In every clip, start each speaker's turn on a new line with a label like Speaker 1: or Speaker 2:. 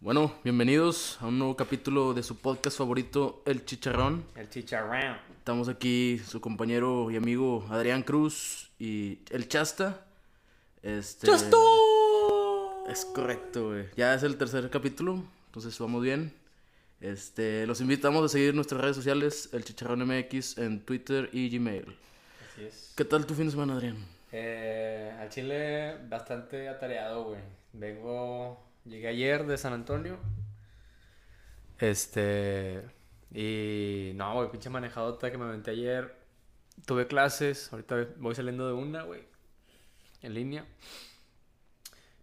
Speaker 1: Bueno, bienvenidos a un nuevo capítulo de su podcast favorito, El Chicharrón.
Speaker 2: El chicharrón.
Speaker 1: Estamos aquí su compañero y amigo Adrián Cruz y El Chasta. Este, Es correcto, güey. Ya es el tercer capítulo, entonces vamos bien. Este, los invitamos a seguir nuestras redes sociales, El Chicharrón MX, en Twitter y Gmail.
Speaker 2: Así es.
Speaker 1: ¿Qué tal tu fin de semana, Adrián?
Speaker 2: Eh, al Chile bastante atareado, güey. Vengo, llegué ayer de San Antonio. Este, y no, güey, pinche manejadota que me aventé ayer. Tuve clases, ahorita voy saliendo de una, güey. En línea.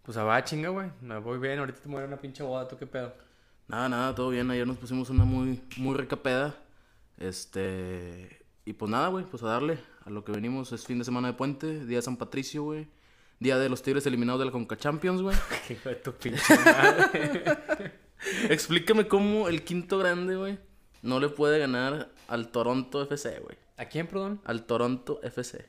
Speaker 2: Pues a va chinga, güey. Me voy bien, ahorita te muero una pinche boda, ¿tú qué pedo?
Speaker 1: Nada, nada, todo bien. Ayer nos pusimos una muy, muy recapeda. Este. Y pues nada, güey, pues a darle a lo que venimos. Es fin de semana de puente, día de San Patricio, güey. Día de los Tigres eliminados de la Conca Champions, güey.
Speaker 2: Qué hijo de tu pinche madre.
Speaker 1: Explícame cómo el quinto grande, güey, no le puede ganar al Toronto FC, güey.
Speaker 2: ¿A quién, perdón?
Speaker 1: Al Toronto FC.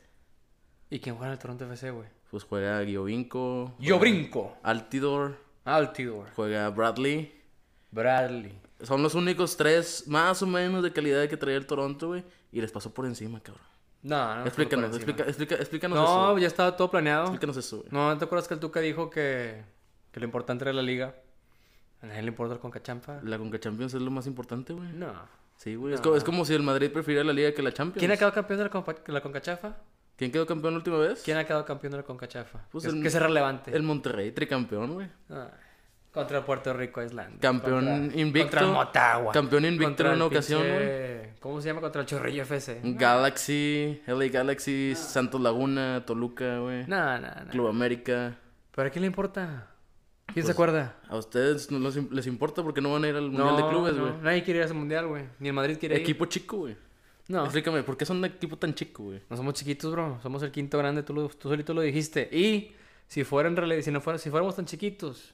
Speaker 2: ¿Y quién juega en el Toronto FC, güey?
Speaker 1: Pues juega Giovinco. juega
Speaker 2: Yo brinco.
Speaker 1: Altidor,
Speaker 2: Altidor.
Speaker 1: juega Bradley.
Speaker 2: Bradley.
Speaker 1: Son los únicos tres más o menos de calidad que traía el Toronto, güey. Y les pasó por encima, cabrón.
Speaker 2: No, no.
Speaker 1: Explícanos,
Speaker 2: no,
Speaker 1: explica, explica, explícanos eso.
Speaker 2: No,
Speaker 1: güey.
Speaker 2: ya estaba todo planeado.
Speaker 1: Explícanos eso, güey.
Speaker 2: No, ¿te acuerdas que el Tuca dijo que, que lo importante era la liga? ¿A nadie le importa el Concachampa?
Speaker 1: La Conca Champions es lo más importante, güey.
Speaker 2: No.
Speaker 1: Sí, güey. Es, co- es como si el Madrid prefiriera la liga que la Champions.
Speaker 2: ¿Quién ha quedado campeón de la, compa- la Concachafa?
Speaker 1: ¿Quién quedó campeón la última vez?
Speaker 2: ¿Quién ha quedado campeón de la Concachafa?
Speaker 1: Pues
Speaker 2: que,
Speaker 1: el-
Speaker 2: que sea relevante.
Speaker 1: El Monterrey, tricampeón, güey.
Speaker 2: Ah, contra Puerto Rico, Islandia.
Speaker 1: Campeón
Speaker 2: Contra-
Speaker 1: invicto.
Speaker 2: Contra Motagua.
Speaker 1: Campeón invicto
Speaker 2: Contra
Speaker 1: en
Speaker 2: el
Speaker 1: una ocasión, Mm.
Speaker 2: pinche- ¿Cómo se llama? Contra el Chorrillo FC.
Speaker 1: Galaxy, LA Galaxy, Santos Laguna, Toluca, güey.
Speaker 2: No, no, no.
Speaker 1: Club América.
Speaker 2: ¿Pero a quién le importa? ¿Quién
Speaker 1: Pues,
Speaker 2: se acuerda?
Speaker 1: A ustedes no los im- les importa porque no van a ir al Mundial de Clubes,
Speaker 2: no,
Speaker 1: güey.
Speaker 2: Nadie quiere ir a ese mundial, güey. Ni el Madrid quiere ir.
Speaker 1: Equipo chico, güey.
Speaker 2: No.
Speaker 1: Explícame, ¿por qué son un equipo tan chico, güey?
Speaker 2: No somos chiquitos, bro. Somos el quinto grande. Tú, lo- tú solito lo dijiste. Y si fuera en realidad, si no fuera, si fuéramos tan chiquitos,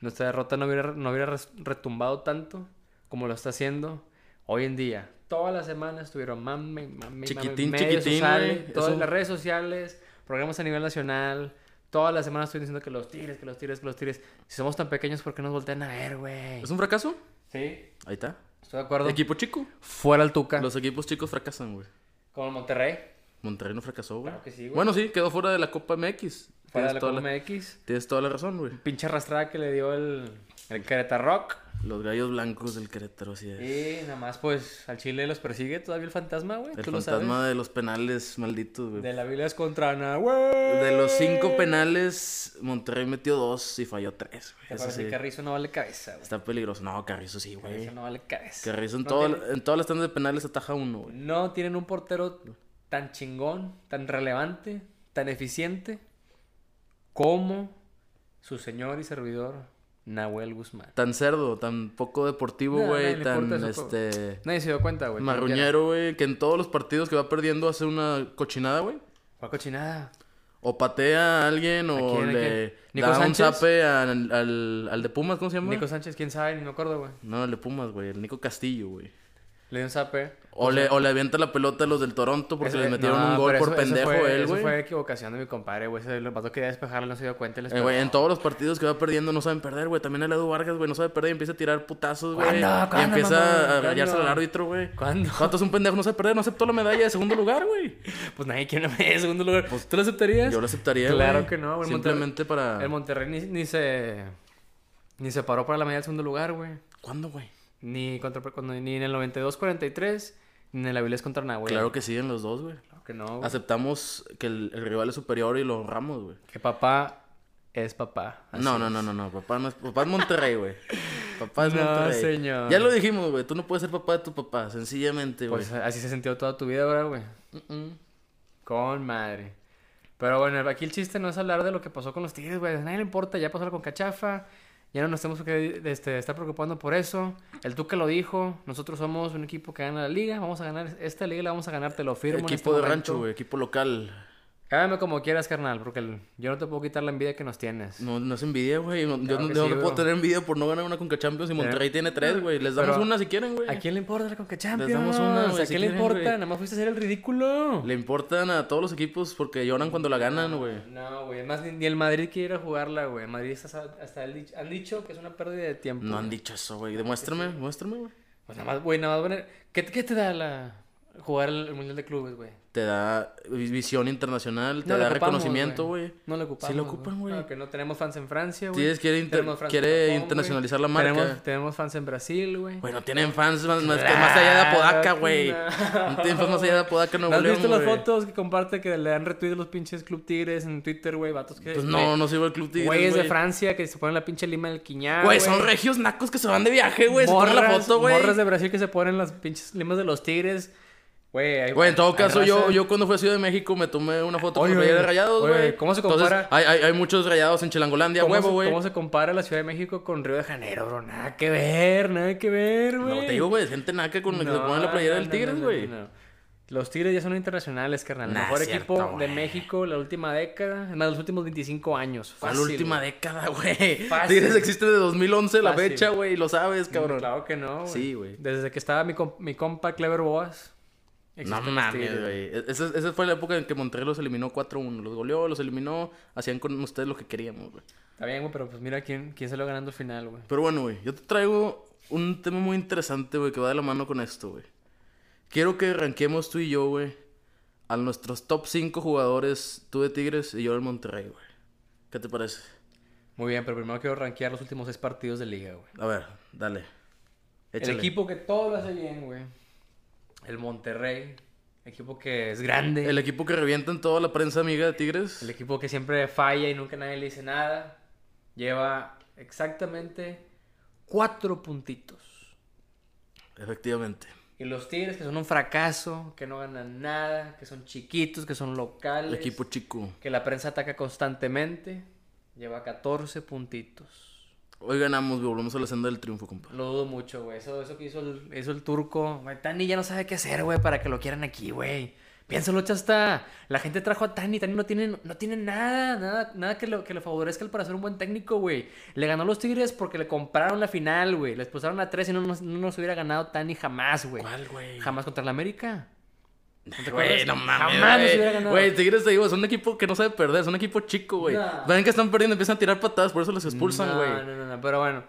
Speaker 2: nuestra derrota no hubiera, no hubiera res- retumbado tanto como lo está haciendo hoy en día. Todas las semanas estuvieron mame, mame,
Speaker 1: Chiquitín,
Speaker 2: mame,
Speaker 1: chiquitín,
Speaker 2: sociales,
Speaker 1: güey.
Speaker 2: todas
Speaker 1: Eso-
Speaker 2: las redes sociales, programas a nivel nacional. Todas las semanas estoy diciendo que los tigres, que los tigres, que los tigres. Si somos tan pequeños, ¿por qué nos voltean a ver, güey?
Speaker 1: ¿Es un fracaso?
Speaker 2: Sí,
Speaker 1: Ahí está.
Speaker 2: estoy de acuerdo.
Speaker 1: Equipo chico.
Speaker 2: Fuera el Tuca.
Speaker 1: Los equipos chicos fracasan, güey.
Speaker 2: Con el Monterrey.
Speaker 1: Monterrey no fracasó, güey.
Speaker 2: Claro que sí, güey.
Speaker 1: Bueno, sí, quedó fuera de la Copa MX. Tienes
Speaker 2: Fuera de la
Speaker 1: toda
Speaker 2: Copa MX.
Speaker 1: Tienes toda la razón, güey.
Speaker 2: Pinche arrastrada que le dio el, el Querétaro Rock.
Speaker 1: Los gallos blancos del Querétaro, así es.
Speaker 2: Y nada más, pues, al Chile los persigue todavía el fantasma, güey.
Speaker 1: El
Speaker 2: Tú lo
Speaker 1: fantasma de los penales malditos,
Speaker 2: sabes.
Speaker 1: güey.
Speaker 2: De la Biblia es contra Nahuel.
Speaker 1: De los cinco penales, Monterrey metió dos y falló tres,
Speaker 2: Te
Speaker 1: güey. Eso
Speaker 2: parece
Speaker 1: sí.
Speaker 2: que Carrizo no vale cabeza, güey.
Speaker 1: Está peligroso. No, Carrizo sí, güey.
Speaker 2: Carrizo no vale cabeza.
Speaker 1: Carrizo en,
Speaker 2: No
Speaker 1: todo,
Speaker 2: tiene-
Speaker 1: en todas las tandas de penales ataja uno, güey.
Speaker 2: No tienen un portero tan chingón, tan relevante, tan eficiente como su señor y servidor Nahuel Guzmán.
Speaker 1: Tan cerdo, tan poco deportivo,
Speaker 2: No,
Speaker 1: güey.
Speaker 2: nadie le
Speaker 1: tan,
Speaker 2: importa eso,
Speaker 1: este...
Speaker 2: Nadie se dio cuenta, güey.
Speaker 1: Marruñero, güey. Que en todos los partidos que va perdiendo hace una cochinada, güey.
Speaker 2: Fue cochinada.
Speaker 1: O patea a alguien o
Speaker 2: quién, a
Speaker 1: le
Speaker 2: quién? ¿Nico
Speaker 1: da un
Speaker 2: Sánchez?
Speaker 1: zape al, al, al de Pumas, ¿cómo se llama?
Speaker 2: Nico Sánchez, quién sabe, ni me acuerdo, güey.
Speaker 1: No, el de Pumas, güey. El Nico Castillo, güey.
Speaker 2: Le dio un zape.
Speaker 1: O le, o le avienta la pelota a los del Toronto porque
Speaker 2: Ese-
Speaker 1: les metieron
Speaker 2: no,
Speaker 1: un gol
Speaker 2: pero
Speaker 1: por
Speaker 2: eso- eso
Speaker 1: pendejo
Speaker 2: fue-
Speaker 1: él,
Speaker 2: Eso
Speaker 1: güey.
Speaker 2: fue equivocación de mi compadre, güey. Ese lo pasó quería despejarlo, no se dio cuenta. y les
Speaker 1: Eh, güey,
Speaker 2: pegó.
Speaker 1: en todos los partidos que va perdiendo no saben perder, güey. También el Edu Vargas, güey, no sabe perder y empieza a tirar putazos, güey.
Speaker 2: ¿Cuándo?
Speaker 1: Y
Speaker 2: ¿Cuándo,
Speaker 1: empieza
Speaker 2: mamá?
Speaker 1: a rayarse al
Speaker 2: ¿Cuándo?
Speaker 1: árbitro, güey.
Speaker 2: ¿Cuándo?
Speaker 1: Joto es un pendejo, no sabe perder, no aceptó la medalla de segundo lugar, güey.
Speaker 2: Pues nadie quiere una medalla de segundo lugar. ¿Tú lo aceptarías?
Speaker 1: Pues, Yo lo aceptaría,
Speaker 2: Claro
Speaker 1: güey.
Speaker 2: que no, güey. El
Speaker 1: Simplemente para.
Speaker 2: El Monterrey ni, ni se. Ni se paró para la medalla de segundo lugar, güey.
Speaker 1: ¿Cuándo, güey?
Speaker 2: Ni, contra, cuando- ni en el 92-43, ni en el Avilés contra Nahuel.
Speaker 1: Claro que sí, en los dos, güey.
Speaker 2: Claro que no, güey.
Speaker 1: Aceptamos que el, el rival es superior y lo honramos, güey.
Speaker 2: Que papá es papá. Así
Speaker 1: No, no, no, no, no, papá no es, papá es Monterrey, güey. Papá es
Speaker 2: No,
Speaker 1: Monterrey.
Speaker 2: señor.
Speaker 1: Ya lo dijimos, güey, tú no puedes ser papá de tu papá, sencillamente, güey.
Speaker 2: Pues así se sintió toda tu vida ahora, güey.
Speaker 1: Mm, mm.
Speaker 2: Con madre. Pero bueno, aquí el chiste no es hablar de lo que pasó con los Tigres, güey. A nadie le importa, ya pasó con Cachafa. Ya no nos tenemos que este, estar preocupando por eso. El Tuca lo dijo. Nosotros somos un equipo que gana la liga. Vamos a ganar esta liga, la vamos a ganar, te lo firmo. en
Speaker 1: Equipo
Speaker 2: este
Speaker 1: de
Speaker 2: momento.
Speaker 1: rancho, güey, equipo local.
Speaker 2: Cállame como quieras, carnal, porque el- yo no te puedo quitar la envidia que nos tienes.
Speaker 1: No, no es envidia, güey. No- yo
Speaker 2: Claro
Speaker 1: no,
Speaker 2: que
Speaker 1: yo
Speaker 2: sí,
Speaker 1: no puedo
Speaker 2: bro.
Speaker 1: tener envidia por no ganar una Conca Champions y Monterrey tiene tres, güey. Les damos
Speaker 2: Pero-
Speaker 1: una si quieren, güey.
Speaker 2: ¿A quién le importa la Conca Champions?
Speaker 1: damos una,
Speaker 2: ¿A
Speaker 1: güey,
Speaker 2: quién
Speaker 1: si
Speaker 2: le
Speaker 1: quieren,
Speaker 2: importa?
Speaker 1: güey.
Speaker 2: Nada más fuiste a hacer el ridículo.
Speaker 1: Le importan a todos los equipos porque lloran cuando la ganan, güey.
Speaker 2: No, güey. Más ni, ni el Madrid quiere ir a jugarla, güey. El Madrid hasta, hasta el dich- han dicho que es una pérdida de tiempo.
Speaker 1: No han
Speaker 2: güey.
Speaker 1: dicho eso, güey. Demuéstrame, muéstrame, güey.
Speaker 2: Pues nada más, güey, nada más. van a- ¿Qué, qué te da la... jugar el, el Mundial de Clubes, güey?
Speaker 1: Te da visión internacional, te
Speaker 2: No lo
Speaker 1: da
Speaker 2: ocupamos,
Speaker 1: reconocimiento, güey.
Speaker 2: No lo ocupamos.
Speaker 1: Sí lo ocupan, güey.
Speaker 2: Porque no tenemos fans en Francia, güey.
Speaker 1: Tienes- quiere inter-
Speaker 2: Tenemos fans
Speaker 1: quiere
Speaker 2: en güey.
Speaker 1: internacionalizar la marca.
Speaker 2: Tenemos, tenemos fans en Brasil, güey.
Speaker 1: Güey, no tienen fans más, más- que más allá de Apodaca, güey.
Speaker 2: Claro.
Speaker 1: No tienen fans más allá de Apodaca, no,
Speaker 2: ¿No has
Speaker 1: León,
Speaker 2: visto las
Speaker 1: güey.
Speaker 2: fotos que comparte que le dan retweet a los pinches Club Tigres en Twitter, güey? Vatos que.
Speaker 1: Pues
Speaker 2: güey,
Speaker 1: no, no sigo el Club Tigres,
Speaker 2: Güeyes de
Speaker 1: güey.
Speaker 2: Francia que se ponen la pinche lima del quiñá.
Speaker 1: Güey, son regios nacos que se van de viaje, güey. Se ponen la
Speaker 2: Morras-
Speaker 1: foto, güey.
Speaker 2: Morras de Brasil que se ponen las pinches limas de los tigres. Güey, hay-
Speaker 1: Güey, en todo
Speaker 2: hay
Speaker 1: caso, yo,
Speaker 2: raza-
Speaker 1: yo cuando fui a Ciudad de México me tomé una foto
Speaker 2: Oye,
Speaker 1: con playera de
Speaker 2: oye,
Speaker 1: rayados,
Speaker 2: oye,
Speaker 1: güey.
Speaker 2: ¿cómo se
Speaker 1: Entonces,
Speaker 2: compara?
Speaker 1: hay, hay, hay muchos rayados en Chilangolandia,
Speaker 2: ¿Cómo
Speaker 1: huevo,
Speaker 2: se-
Speaker 1: güey.
Speaker 2: ¿Cómo se compara la Ciudad de México con Río de Janeiro, bro? Nada que ver, nada que ver, güey.
Speaker 1: No, te digo, güey, gente naca con la que se ponen la playera
Speaker 2: no,
Speaker 1: del
Speaker 2: no,
Speaker 1: Tigres,
Speaker 2: no, no,
Speaker 1: güey.
Speaker 2: no, no. Los Tigres ya son internacionales, carnal. El
Speaker 1: Nah,
Speaker 2: mejor
Speaker 1: es cierto,
Speaker 2: equipo de
Speaker 1: güey.
Speaker 2: México la última década, es más, los últimos 25 años.
Speaker 1: Fue la
Speaker 2: Fácil,
Speaker 1: última
Speaker 2: güey.
Speaker 1: década, güey.
Speaker 2: Fácil.
Speaker 1: Tigres existe de 2011 la
Speaker 2: Fácil.
Speaker 1: fecha, güey, lo sabes, cabrón.
Speaker 2: Claro que no, güey.
Speaker 1: Sí, güey.
Speaker 2: Desde que estaba mi, com- mi compa Clever Boas.
Speaker 1: No
Speaker 2: existen los
Speaker 1: mames,
Speaker 2: Tigres,
Speaker 1: güey. E-, Esa, esa fue la época en que Monterrey los eliminó 4-1. Los goleó, los eliminó. Hacían con ustedes lo que queríamos, güey.
Speaker 2: Está bien, güey, pero pues mira quién, quién salió ganando al final, güey.
Speaker 1: Pero bueno, güey, yo te traigo un tema muy interesante, güey, que va de la mano con esto, güey. Quiero que ranquemos tú y yo, güey, a nuestros top 5 jugadores, tú de Tigres y yo del Monterrey, güey. ¿Qué te parece?
Speaker 2: Muy bien, pero primero quiero rankear los últimos seis partidos de liga, güey.
Speaker 1: A ver, dale. Échale.
Speaker 2: El equipo que todo lo hace bien, güey. El Monterrey. Equipo que es grande.
Speaker 1: El equipo que revienta en toda la prensa amiga de Tigres.
Speaker 2: El equipo que siempre falla y nunca nadie le dice nada. Lleva exactamente cuatro puntitos.
Speaker 1: Efectivamente.
Speaker 2: Y los Tigres que son un fracaso, que no ganan nada, que son chiquitos, que son locales.
Speaker 1: El equipo chico.
Speaker 2: que la prensa ataca constantemente. Lleva 14 puntitos.
Speaker 1: Hoy ganamos, güey, volvemos a la senda del triunfo, compa.
Speaker 2: Lo dudo mucho, güey. Eso, eso que hizo el, hizo el turco. Güey, Tani ya no sabe qué hacer, güey, para que lo quieran aquí, güey. Piénsalo, chasta. La gente trajo a Tani. Tani no tiene, no tiene nada, nada, nada que, lo, que le favorezca para ser un buen técnico, güey. Le ganó a los Tigres porque le compraron la final, güey. Le expulsaron a tres y no nos, no nos hubiera ganado Tani jamás, güey.
Speaker 1: ¿Cuál, güey?
Speaker 2: Jamás contra la América. te
Speaker 1: Güey,
Speaker 2: acuerdas?
Speaker 1: no mames.
Speaker 2: Jamás nos
Speaker 1: güey.
Speaker 2: hubiera ganado.
Speaker 1: Güey, Tigres te digo, es un equipo que no sabe perder, es un equipo chico, güey.
Speaker 2: Nah.
Speaker 1: Ven que están perdiendo, empiezan a tirar patadas, por eso los expulsan,
Speaker 2: No,
Speaker 1: güey.
Speaker 2: No, no, no, pero bueno.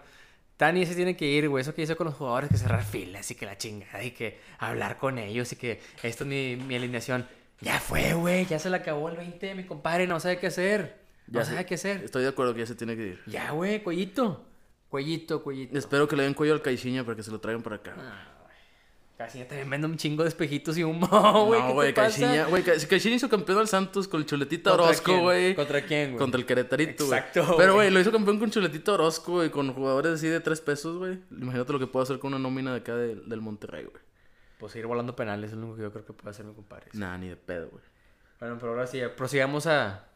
Speaker 2: Tani se tiene que ir, güey. Eso que hizo con los jugadores, que cerrar filas y que la chingada y que hablar con ellos y que esto es mi, mi alineación. Ya fue, güey. Ya se le acabó el 20, mi compadre. No sabe qué hacer. No
Speaker 1: Ya
Speaker 2: sabe
Speaker 1: sé.
Speaker 2: qué hacer.
Speaker 1: Estoy de acuerdo que ya se tiene que ir.
Speaker 2: Ya, güey, cuellito. Cuellito, cuellito.
Speaker 1: Espero que le den cuello al Caixinha para que se lo traigan para acá.
Speaker 2: Casi ya también vende un chingo de espejitos y humo, güey.
Speaker 1: no,
Speaker 2: ¿qué
Speaker 1: güey,
Speaker 2: te pasa?
Speaker 1: Caixinha. Güey, Ca- Caixinha hizo campeón al Santos con el chuletita
Speaker 2: ¿Contra
Speaker 1: Orozco,
Speaker 2: quién?
Speaker 1: güey.
Speaker 2: ¿Contra quién, güey?
Speaker 1: Contra el Queretarito, güey.
Speaker 2: Exacto,
Speaker 1: Pero,
Speaker 2: güey.
Speaker 1: güey, lo hizo campeón con chuletita Orozco, güey, con jugadores así de tres pesos, güey. Imagínate lo que puedo hacer con una nómina de acá del, del Monterrey, güey.
Speaker 2: Pues ir volando penales es lo único que yo creo que puede hacer mi compadre.
Speaker 1: Nah, ni de pedo, güey.
Speaker 2: Bueno, pero ahora sí, ya prosigamos a,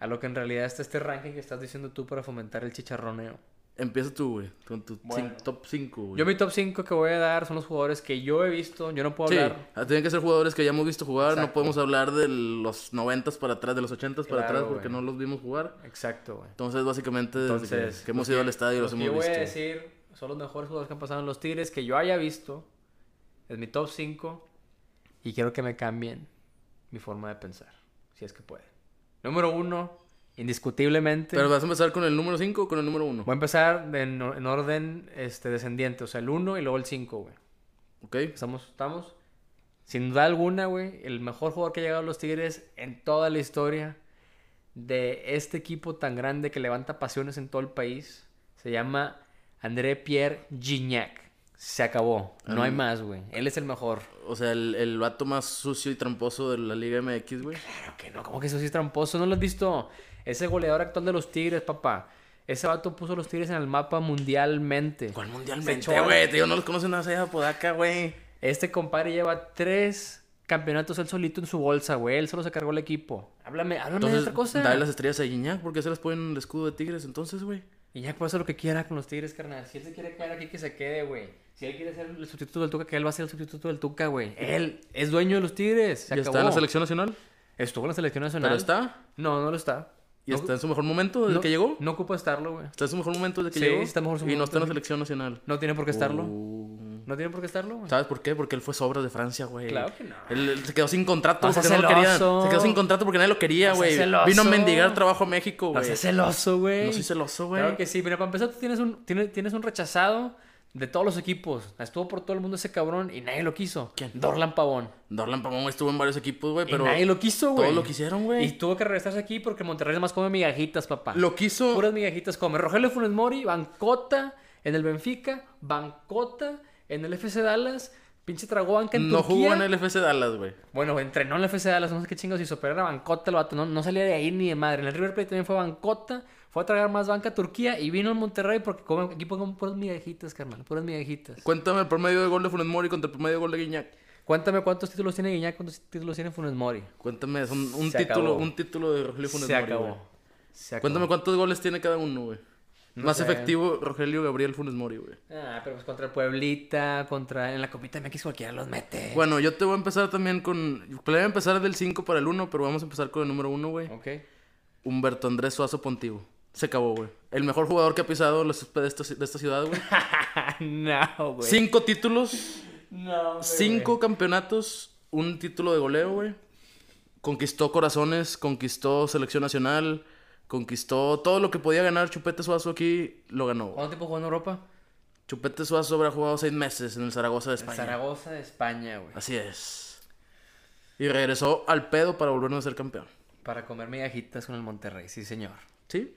Speaker 2: a lo que en realidad está este ranking que estás diciendo tú para fomentar el chicharroneo.
Speaker 1: Empieza tú, güey, con tu
Speaker 2: Bueno.
Speaker 1: cin- top 5, güey.
Speaker 2: Yo mi top 5 que voy a dar son los jugadores que yo he visto, yo no puedo
Speaker 1: Sí,
Speaker 2: hablar.
Speaker 1: ah, tienen que ser jugadores que ya hemos visto jugar. No
Speaker 2: Exacto.
Speaker 1: podemos hablar de los 90 para atrás, de los 80 para
Speaker 2: Claro,
Speaker 1: atrás, porque
Speaker 2: güey.
Speaker 1: no los vimos jugar.
Speaker 2: Exacto, güey.
Speaker 1: Entonces, básicamente, desde
Speaker 2: Entonces,
Speaker 1: que, que hemos
Speaker 2: los
Speaker 1: ido
Speaker 2: que-
Speaker 1: al estadio los
Speaker 2: los que
Speaker 1: hemos
Speaker 2: Yo voy a
Speaker 1: visto.
Speaker 2: decir, son los mejores jugadores que han pasado en los Tigres que yo haya visto. Es mi top 5 y quiero que me cambien mi forma de pensar, si es que puede. Número 1, indiscutiblemente.
Speaker 1: Pero vas a empezar con el número 5 o con el número 1.
Speaker 2: Voy a empezar de- en, en orden este, descendiente, o sea, el 1 y luego el 5, güey.
Speaker 1: ¿Ok?
Speaker 2: Estamos, estamos. Sin duda alguna, güey, el mejor jugador que ha llegado a los Tigres en toda la historia de este equipo tan grande que levanta pasiones en todo el país se llama André Pierre Gignac. Se acabó. No hay más, güey. Él es el mejor.
Speaker 1: O sea, el, el vato más sucio y tramposo de la Liga MX, güey.
Speaker 2: Claro que no, como que eso sí es tramposo. ¿No lo has visto? Ese goleador actual de los Tigres, papá. Ese vato puso a los Tigres en el mapa mundialmente.
Speaker 1: ¿Cuál
Speaker 2: Se
Speaker 1: mundialmente,
Speaker 2: echó-
Speaker 1: güey? Te digo, no los conocen nada allá de Podaca, güey.
Speaker 2: Este compadre lleva tres campeonatos él solito en su bolsa, güey. Él solo se cargó el equipo. Háblame, háblame de
Speaker 1: Entonces,
Speaker 2: otra cosa.
Speaker 1: dale las estrellas a Guiñac, porque se las ponen en el escudo de Tigres, entonces, güey.
Speaker 2: Y ya puede hacer lo que quiera con los Tigres, carnal. Si él se quiere quedar aquí, que se quede, güey. Si él quiere ser el sustituto del Tuca, que él va a ser el sustituto del Tuca, güey. Él es dueño de los Tigres. Se
Speaker 1: ¿Ya
Speaker 2: acabó.
Speaker 1: está en la selección nacional?
Speaker 2: Estuvo en la selección nacional.
Speaker 1: ¿Pero está?
Speaker 2: No, no lo está.
Speaker 1: ¿Y
Speaker 2: No-
Speaker 1: está en su mejor momento desde
Speaker 2: no-
Speaker 1: que llegó?
Speaker 2: No ocupa estarlo, güey.
Speaker 1: ¿Está en su mejor momento desde que
Speaker 2: Sí,
Speaker 1: llegó?
Speaker 2: está en mejor su
Speaker 1: Y no
Speaker 2: momento,
Speaker 1: está en la
Speaker 2: güey.
Speaker 1: selección nacional.
Speaker 2: No tiene por qué estarlo.
Speaker 1: Oh.
Speaker 2: No tiene por qué estarlo, güey.
Speaker 1: ¿Sabes por qué? Porque él fue sobra de Francia, güey.
Speaker 2: Claro que no.
Speaker 1: Él, él se quedó sin contrato
Speaker 2: No seas
Speaker 1: porque no lo querían.
Speaker 2: celoso.
Speaker 1: Se quedó sin contrato porque nadie lo quería,
Speaker 2: No seas
Speaker 1: güey.
Speaker 2: celoso.
Speaker 1: Vino a mendigar trabajo a México,
Speaker 2: No
Speaker 1: güey.
Speaker 2: seas celoso, güey.
Speaker 1: No soy celoso, güey.
Speaker 2: Claro que sí, pero para empezar, tú tienes un, tienes, tienes un rechazado de todos los equipos. Estuvo por todo el mundo ese cabrón y nadie lo quiso.
Speaker 1: ¿Quién?
Speaker 2: Dorlan Pavón.
Speaker 1: Dorlan Pamón estuvo en varios equipos, güey, pero
Speaker 2: y nadie lo quiso, güey.
Speaker 1: todos lo quisieron, güey.
Speaker 2: Y tuvo que regresarse aquí porque Monterrey es más come migajitas, papá.
Speaker 1: lo quiso.
Speaker 2: Puras migajitas come. Rogelio Funes Mori, Bancota en el Benfica, Bancota en el FC Dallas, pinche Tragobanca en
Speaker 1: No
Speaker 2: Turquía.
Speaker 1: jugó en el FC Dallas, güey.
Speaker 2: Bueno, entrenó en el FC Dallas, no sé qué chingados hizo, pero era Bancota el vato, no, no salía de ahí ni de madre. En el River Plate también fue Bancota, fue a tragar más banca a Turquía y vino al Monterrey porque come, aquí pongo puras migajitas, carnal, puras migajitas.
Speaker 1: Cuéntame el promedio de gol de Funes Mori contra el promedio de gol de Guiñac.
Speaker 2: Cuéntame cuántos títulos tiene Guiñac, cuántos títulos tiene Funes Mori.
Speaker 1: Cuéntame, son un
Speaker 2: Se
Speaker 1: título,
Speaker 2: acabó.
Speaker 1: un título de Rogelio Funes
Speaker 2: Se
Speaker 1: Mori.
Speaker 2: acabó.
Speaker 1: güey.
Speaker 2: Se acabó.
Speaker 1: Cuéntame cuántos goles tiene cada uno, güey.
Speaker 2: No
Speaker 1: Más
Speaker 2: sé.
Speaker 1: efectivo Rogelio Gabriel Funes Mori, güey.
Speaker 2: Ah, pero pues contra el Pueblita, contra en la copita MX cualquiera los mete.
Speaker 1: Bueno, yo te voy a empezar también con. Planeo empezar del 5 para el 1, pero vamos a empezar con el número 1, güey.
Speaker 2: Ok.
Speaker 1: Humberto Andrés Suazo Pontigo. Se acabó, güey. El mejor jugador que ha pisado los céspedes de, esta- de esta ciudad, güey.
Speaker 2: Ah, no, güey.
Speaker 1: Cinco títulos,
Speaker 2: No, güey.
Speaker 1: cinco campeonatos, un título de goleo, güey. Conquistó corazones, conquistó selección nacional, conquistó todo lo que podía ganar Chupete Suazo aquí, lo ganó. güey.
Speaker 2: ¿Cuánto tiempo jugó en Europa?
Speaker 1: Chupete Suazo habrá jugado seis meses en el Zaragoza de España.
Speaker 2: Zaragoza de España, güey.
Speaker 1: Así es. Y regresó al pedo para volvernos a ser campeón.
Speaker 2: Para comer migajitas con el Monterrey, sí, señor.
Speaker 1: ¿Sí?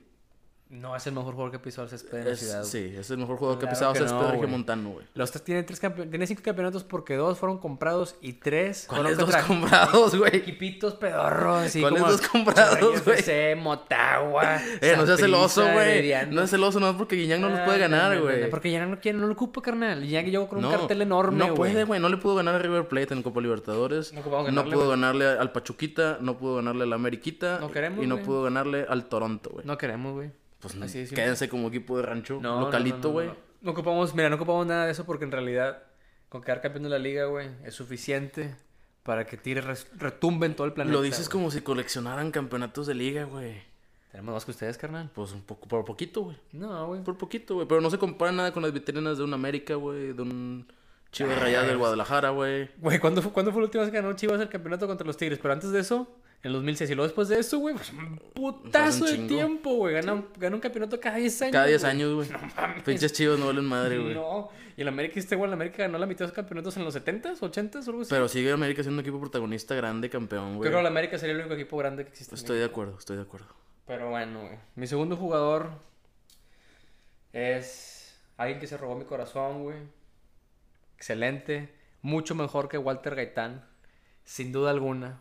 Speaker 2: No es el mejor jugador que pisó el césped de la
Speaker 1: Es-
Speaker 2: ciudad. güey.
Speaker 1: sí, es el mejor jugador que ha pisado
Speaker 2: Claro que
Speaker 1: césped
Speaker 2: no, güey.
Speaker 1: regiomontano, güey.
Speaker 2: Los tres tienen tres campe- tiene cinco campeonatos porque dos fueron comprados y tres fueron
Speaker 1: ¿Cuáles dos
Speaker 2: contra
Speaker 1: comprados, güey?
Speaker 2: equipitos pedorros. así
Speaker 1: ¿Cuáles
Speaker 2: como
Speaker 1: dos comprados,
Speaker 2: Rayos
Speaker 1: güey?
Speaker 2: FC, Motagua.
Speaker 1: Eh, no seas
Speaker 2: Saprissa,
Speaker 1: celoso, güey.
Speaker 2: Herediano.
Speaker 1: No es celoso, no es porque Guiñac no los
Speaker 2: Ah,
Speaker 1: puede ganar,
Speaker 2: no, no, no,
Speaker 1: güey.
Speaker 2: Porque ya no lo quiere, no lo ocupa, carnal. Ya que llegó con un cartel enorme,
Speaker 1: No puede, güey. No le pudo ganar a River Plate en Copa Libertadores. No,
Speaker 2: No ocupamos ganarle,
Speaker 1: pudo ganarle al Pachuquita. No pudo ganarle al Ameriquita.
Speaker 2: No queremos,
Speaker 1: Y no
Speaker 2: güey.
Speaker 1: pudo ganarle al Toronto, güey.
Speaker 2: No queremos, güey.
Speaker 1: pues no,
Speaker 2: Así de simple.
Speaker 1: quédense como equipo de rancho
Speaker 2: No, no, no,
Speaker 1: localito,
Speaker 2: no,
Speaker 1: güey.
Speaker 2: No, No ocupamos, mira, no ocupamos nada de eso porque en realidad con quedar campeón de la liga, güey, es suficiente para que tire res- retumbe en todo el planeta.
Speaker 1: Lo dices
Speaker 2: güey.
Speaker 1: como si coleccionaran campeonatos de liga, güey.
Speaker 2: Tenemos más que ustedes, carnal.
Speaker 1: Pues un poco, por poquito, güey.
Speaker 2: No, güey.
Speaker 1: Por poquito, güey. Pero no se compara nada con las vitrinas de un América, güey. De un chivo
Speaker 2: Ah,
Speaker 1: de rayado del Guadalajara, güey.
Speaker 2: Güey, ¿cuándo, fu- cuándo fue la última vez que ganó Chivas el campeonato contra los Tigres? Pero antes de eso, en el 2006 y luego después de eso, güey, pues un putazo
Speaker 1: un
Speaker 2: de
Speaker 1: chingo.
Speaker 2: tiempo, güey. Gana, un- gana un campeonato cada 10 años.
Speaker 1: Cada 10
Speaker 2: güey.
Speaker 1: años, güey. Pinches chivos no valen madre, güey.
Speaker 2: No, y el América, este güey, el América ganó la mitad de los campeonatos en los 70s, 80s, o algo así.
Speaker 1: Pero sigue América siendo un equipo protagonista grande, campeón, güey. Pues
Speaker 2: Creo que el América sería el único equipo grande que existe. en
Speaker 1: Estoy de acuerdo, estoy de acuerdo.
Speaker 2: Pero bueno, güey. Mi segundo jugador es alguien que se robó mi corazón, güey. Excelente. Mucho mejor que Walter Gaitán. Sin duda alguna.